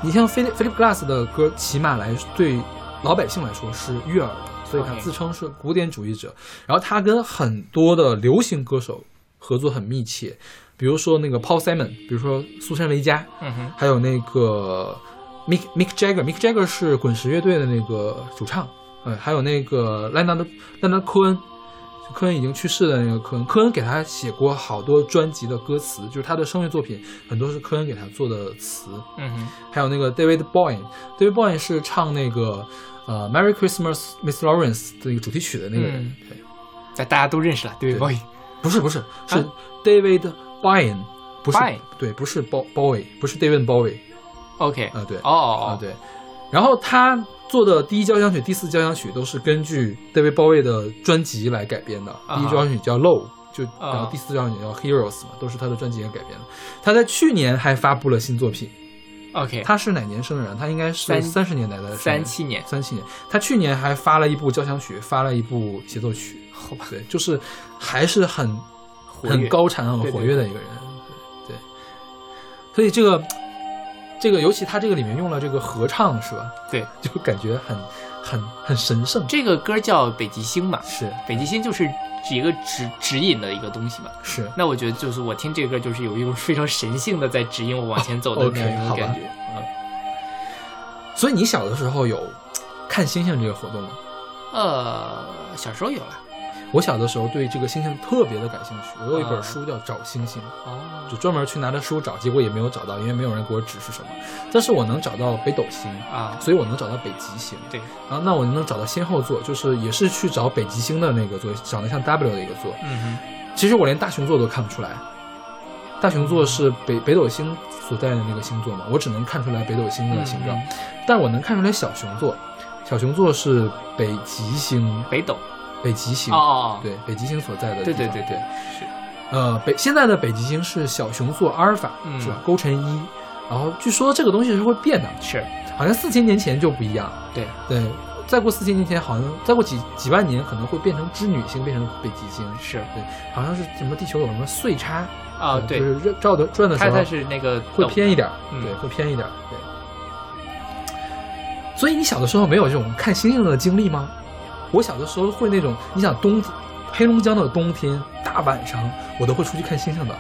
Speaker 2: 你像 Philip Philip Glass 的歌，起码来对老百姓来说是悦耳的，所以他
Speaker 1: OK
Speaker 2: 自称是古典主义者。然后他跟很多的流行歌手合作很密切，比如说那个 Paul Simon，比如说苏珊维嘉，
Speaker 1: 嗯哼，
Speaker 2: 还有那个 Mick Mick Jagger，Mick Jagger 是滚石乐队的那个主唱，呃，还有那个莱纳德莱纳德科恩，科恩已经去世的那个科恩，科恩给他写过好多专辑的歌词，就是他的声乐作品很多是科恩给他做的词，
Speaker 1: 嗯哼，
Speaker 2: 还有那个 David Bowie，David Bowie 是唱那个呃 Merry Christmas Miss Lawrence 的一个主题曲的那个人，
Speaker 1: 嗯
Speaker 2: 对，
Speaker 1: 但大家都认识了，对
Speaker 2: 对
Speaker 1: 不对？
Speaker 2: 不是不是是 David Bowie，不是
Speaker 1: Bowie
Speaker 2: 对，不是 Bo Bowie，不是 David Bowie。
Speaker 1: OK，
Speaker 2: 啊对
Speaker 1: 哦哦
Speaker 2: 啊，
Speaker 1: 哦，
Speaker 2: 对。然后他做的第一交响曲、第四交响曲都是根据 David Bowie 的专辑来改编的。
Speaker 1: 啊
Speaker 2: 第一交响曲叫《Low》，就
Speaker 1: 啊
Speaker 2: 然后第四交响曲叫《Heroes》嘛，都是他的专辑来改编的。他在去年还发布了新作品。
Speaker 1: OK，
Speaker 2: 他是哪年生人？他应该是
Speaker 1: 三
Speaker 2: 三十年代的生人，
Speaker 1: 三七年
Speaker 2: 三七年。他去年还发了一部交响曲，发了一部协奏曲。
Speaker 1: 好吧，
Speaker 2: 对，就是还是很
Speaker 1: 活跃
Speaker 2: 很高产、很
Speaker 1: 对对
Speaker 2: 活跃的一个人。对，所以这个这个，尤其他这个里面用了这个合唱，是吧？
Speaker 1: 对，
Speaker 2: 就感觉很很很神圣。
Speaker 1: 这个歌叫《北极星》嘛，
Speaker 2: 是
Speaker 1: 北极星就是一个指指引的一个东西嘛。
Speaker 2: 是
Speaker 1: 那我觉得就是我听这个歌，就是有一种非常神性的在指引我往前走的那
Speaker 2: 哦，OK，
Speaker 1: 样
Speaker 2: 好
Speaker 1: 一个感
Speaker 2: 吧
Speaker 1: 觉。。
Speaker 2: 嗯所以你小的时候有看星星这个活动吗？
Speaker 1: 呃，小时候有了
Speaker 2: 我小的时候对这个星星特别的感兴趣，我有一
Speaker 1: 啊
Speaker 2: 本书叫《找星星》。
Speaker 1: 哦
Speaker 2: 就专门去拿着书找，结果也没有找到，因为没有人给我指是什么。但是我能找到北斗星，
Speaker 1: 啊，
Speaker 2: 所以我能找到北极星。
Speaker 1: 对，
Speaker 2: 啊，那我能找到先后座，就是也是去找北极星的那个座，长得像 W 的一个座。
Speaker 1: 嗯
Speaker 2: 其实我连大熊座都看不出来，大熊座是北北斗星所在的那个星座嘛，我只能看出来北斗星的形状，
Speaker 1: 嗯
Speaker 2: 但我能看出来小熊座，小熊座是北极星，
Speaker 1: 哼，北斗
Speaker 2: 北极星，
Speaker 1: 哦哦哦，
Speaker 2: 对，北极星所在的地
Speaker 1: 对
Speaker 2: 方，
Speaker 1: 对对对，
Speaker 2: 呃，北现在的北极星是小熊座阿尔法，
Speaker 1: 嗯
Speaker 2: 是吧？勾陈一，然后据说这个东西是会变的，
Speaker 1: 是，
Speaker 2: 好像四千年前就不一样。
Speaker 1: 对，
Speaker 2: 对，再过四千年前，好像再过几几万年，可能会变成织女星，变成北极星。
Speaker 1: 是
Speaker 2: 对，好像是什么地球有什么岁差
Speaker 1: 啊，
Speaker 2: 呃
Speaker 1: 对
Speaker 2: 就，是绕绕的转的时
Speaker 1: 它
Speaker 2: 候
Speaker 1: 它是那个
Speaker 2: 会偏一点儿，
Speaker 1: 嗯
Speaker 2: 对，会偏一点儿，对。所以你小的时候没有这种看星星的经历吗？我小的时候会那种，你想冬天，黑龙江的冬天大晚上，我都会出去看星星
Speaker 1: 啊
Speaker 2: 的。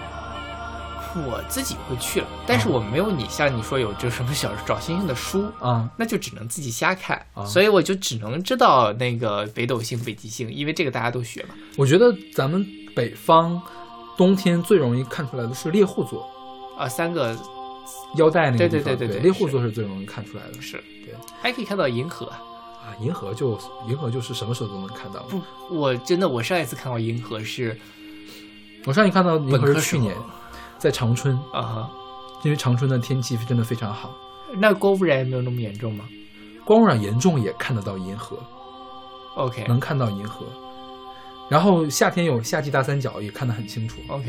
Speaker 1: 我自己会去
Speaker 2: 嗯
Speaker 1: 了，但是我没有你像你说有就什么小找星星的书，
Speaker 2: 啊、
Speaker 1: 那就只能自己瞎看，
Speaker 2: 啊
Speaker 1: 所以我就只能知道那个北斗星、北极星，因为这个大家都学嘛。
Speaker 2: 我觉得咱们北方冬天最容易看出来的是猎户座，
Speaker 1: 啊，三个
Speaker 2: 腰带那个地方
Speaker 1: 对对对对对
Speaker 2: 猎户
Speaker 1: 是
Speaker 2: 座是最容易看出来的。
Speaker 1: 是，
Speaker 2: 对
Speaker 1: 还可以看到银河。
Speaker 2: 啊，银河就银河就是什么时候都能看到。
Speaker 1: 不，我真的我上一次看到银河是
Speaker 2: 我上次看到银
Speaker 1: 本
Speaker 2: 河
Speaker 1: 科
Speaker 2: 是去
Speaker 1: 时候
Speaker 2: 年，在长春，
Speaker 1: 啊哈，
Speaker 2: 因为长春的天气真的非常好，
Speaker 1: 那光污染也没有那么严重吗
Speaker 2: 光污染严重也看得到银河，
Speaker 1: ？OK
Speaker 2: 能看到银河。然后夏天有夏季大三角，也看得很清楚。
Speaker 1: OK，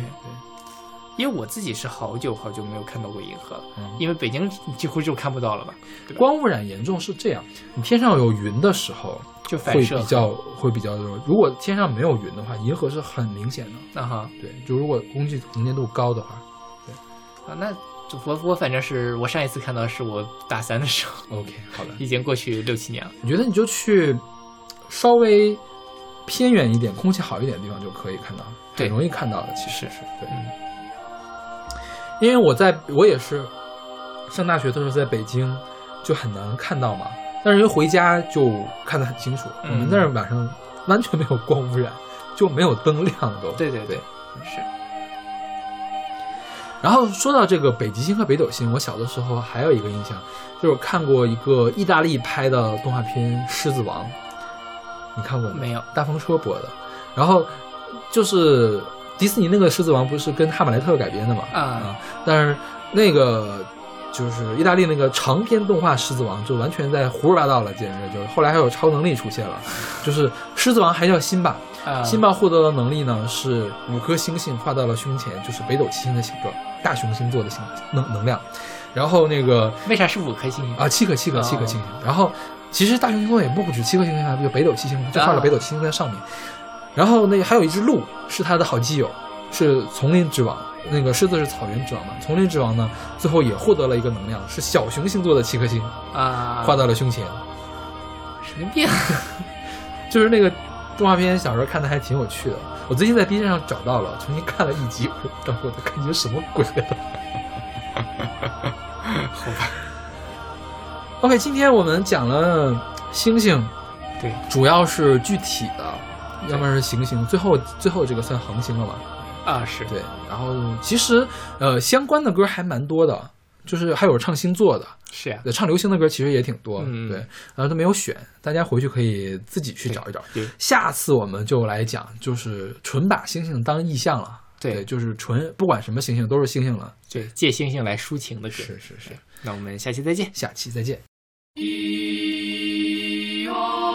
Speaker 1: 因为我自己是好久好久没有看到过银河了，
Speaker 2: 嗯
Speaker 1: 因为北京几乎就看不到了吧，
Speaker 2: 光污染严重是这样，你天上有云的时候
Speaker 1: 就反
Speaker 2: 会
Speaker 1: 射
Speaker 2: 比较会比较热。如果天上没有云的话，银河是很明显的。
Speaker 1: 啊哈
Speaker 2: 对，就如果空气能见度高的话
Speaker 1: 啊，那就我我反正是我上一次看到是我大三的时候，
Speaker 2: ，OK，好的。
Speaker 1: 已经过去六七年了。
Speaker 2: 我觉得你就去稍微偏远一点、空气好一点的地方就可以看到，
Speaker 1: 对
Speaker 2: 很容易看到的。其实
Speaker 1: 是
Speaker 2: 是对，
Speaker 1: 嗯
Speaker 2: 因为我在我也是上大学的时候在北京就很难看到嘛，但是因为回家就看得很清楚。
Speaker 1: 嗯
Speaker 2: 我们那儿晚上完全没有光污染，就没有灯亮都。
Speaker 1: 对对
Speaker 2: 对
Speaker 1: 对，是
Speaker 2: 然后说到这个北极星和北斗星，我小的时候还有一个印象，就是我看过一个意大利拍的动画片《狮子王》，你看过吗？
Speaker 1: 没有
Speaker 2: 大风车播的。然后就是迪士尼那个《狮子王》不是跟《哈姆雷特》改编的嘛？
Speaker 1: 啊
Speaker 2: 但是那个就是意大利那个长篇动画《狮子王》，就完全在胡说八道了，简直就后来还有超能力出现了，就是《狮子王》还叫辛巴，
Speaker 1: 啊，
Speaker 2: 辛巴获得的能力呢是五颗星星画到了胸前，就是北斗七星的形状，大熊星座的形能能量。然后那个
Speaker 1: 为啥是五颗星星
Speaker 2: 啊，七颗七颗
Speaker 1: 哦
Speaker 2: 七颗星星。然后其实大熊星座也不止七颗星星啊，就北斗七星，就画了北斗七星在上面。然后那还有一只鹿是他的好基友，是丛林之王，那个狮子是草原之王嘛，丛林之王呢，最后也获得了一个能量，是小熊星座的七颗星
Speaker 1: 啊，
Speaker 2: 画到了胸前，
Speaker 1: 神经病，
Speaker 2: 就是那个动画片，小时候看的还挺有趣的。我最近在 B 站上找到了，重新看了一集，我当时我都感觉什么鬼啊！
Speaker 1: 好吧，
Speaker 2: OK，今天我们讲了星星，
Speaker 1: 对，
Speaker 2: 主要是具体的，要么是行星，最后最后这个算恒星了嘛？
Speaker 1: 啊是，
Speaker 2: 对，然后其实呃相关的歌还蛮多的，就是还有唱星座的，
Speaker 1: 是啊呀、
Speaker 2: 呃唱流行的歌其实也挺多，
Speaker 1: 嗯
Speaker 2: 对，然后都没有选，大家回去可以自己去找一找
Speaker 1: 对对。
Speaker 2: 下次我们就来讲，就是纯把星星当意象了，
Speaker 1: 对
Speaker 2: 就是纯不管什么星星都是星星了。
Speaker 1: 对，借星星来抒情的歌。
Speaker 2: 是是，
Speaker 1: 那我们下期再见。
Speaker 2: 下期再见。
Speaker 4: Io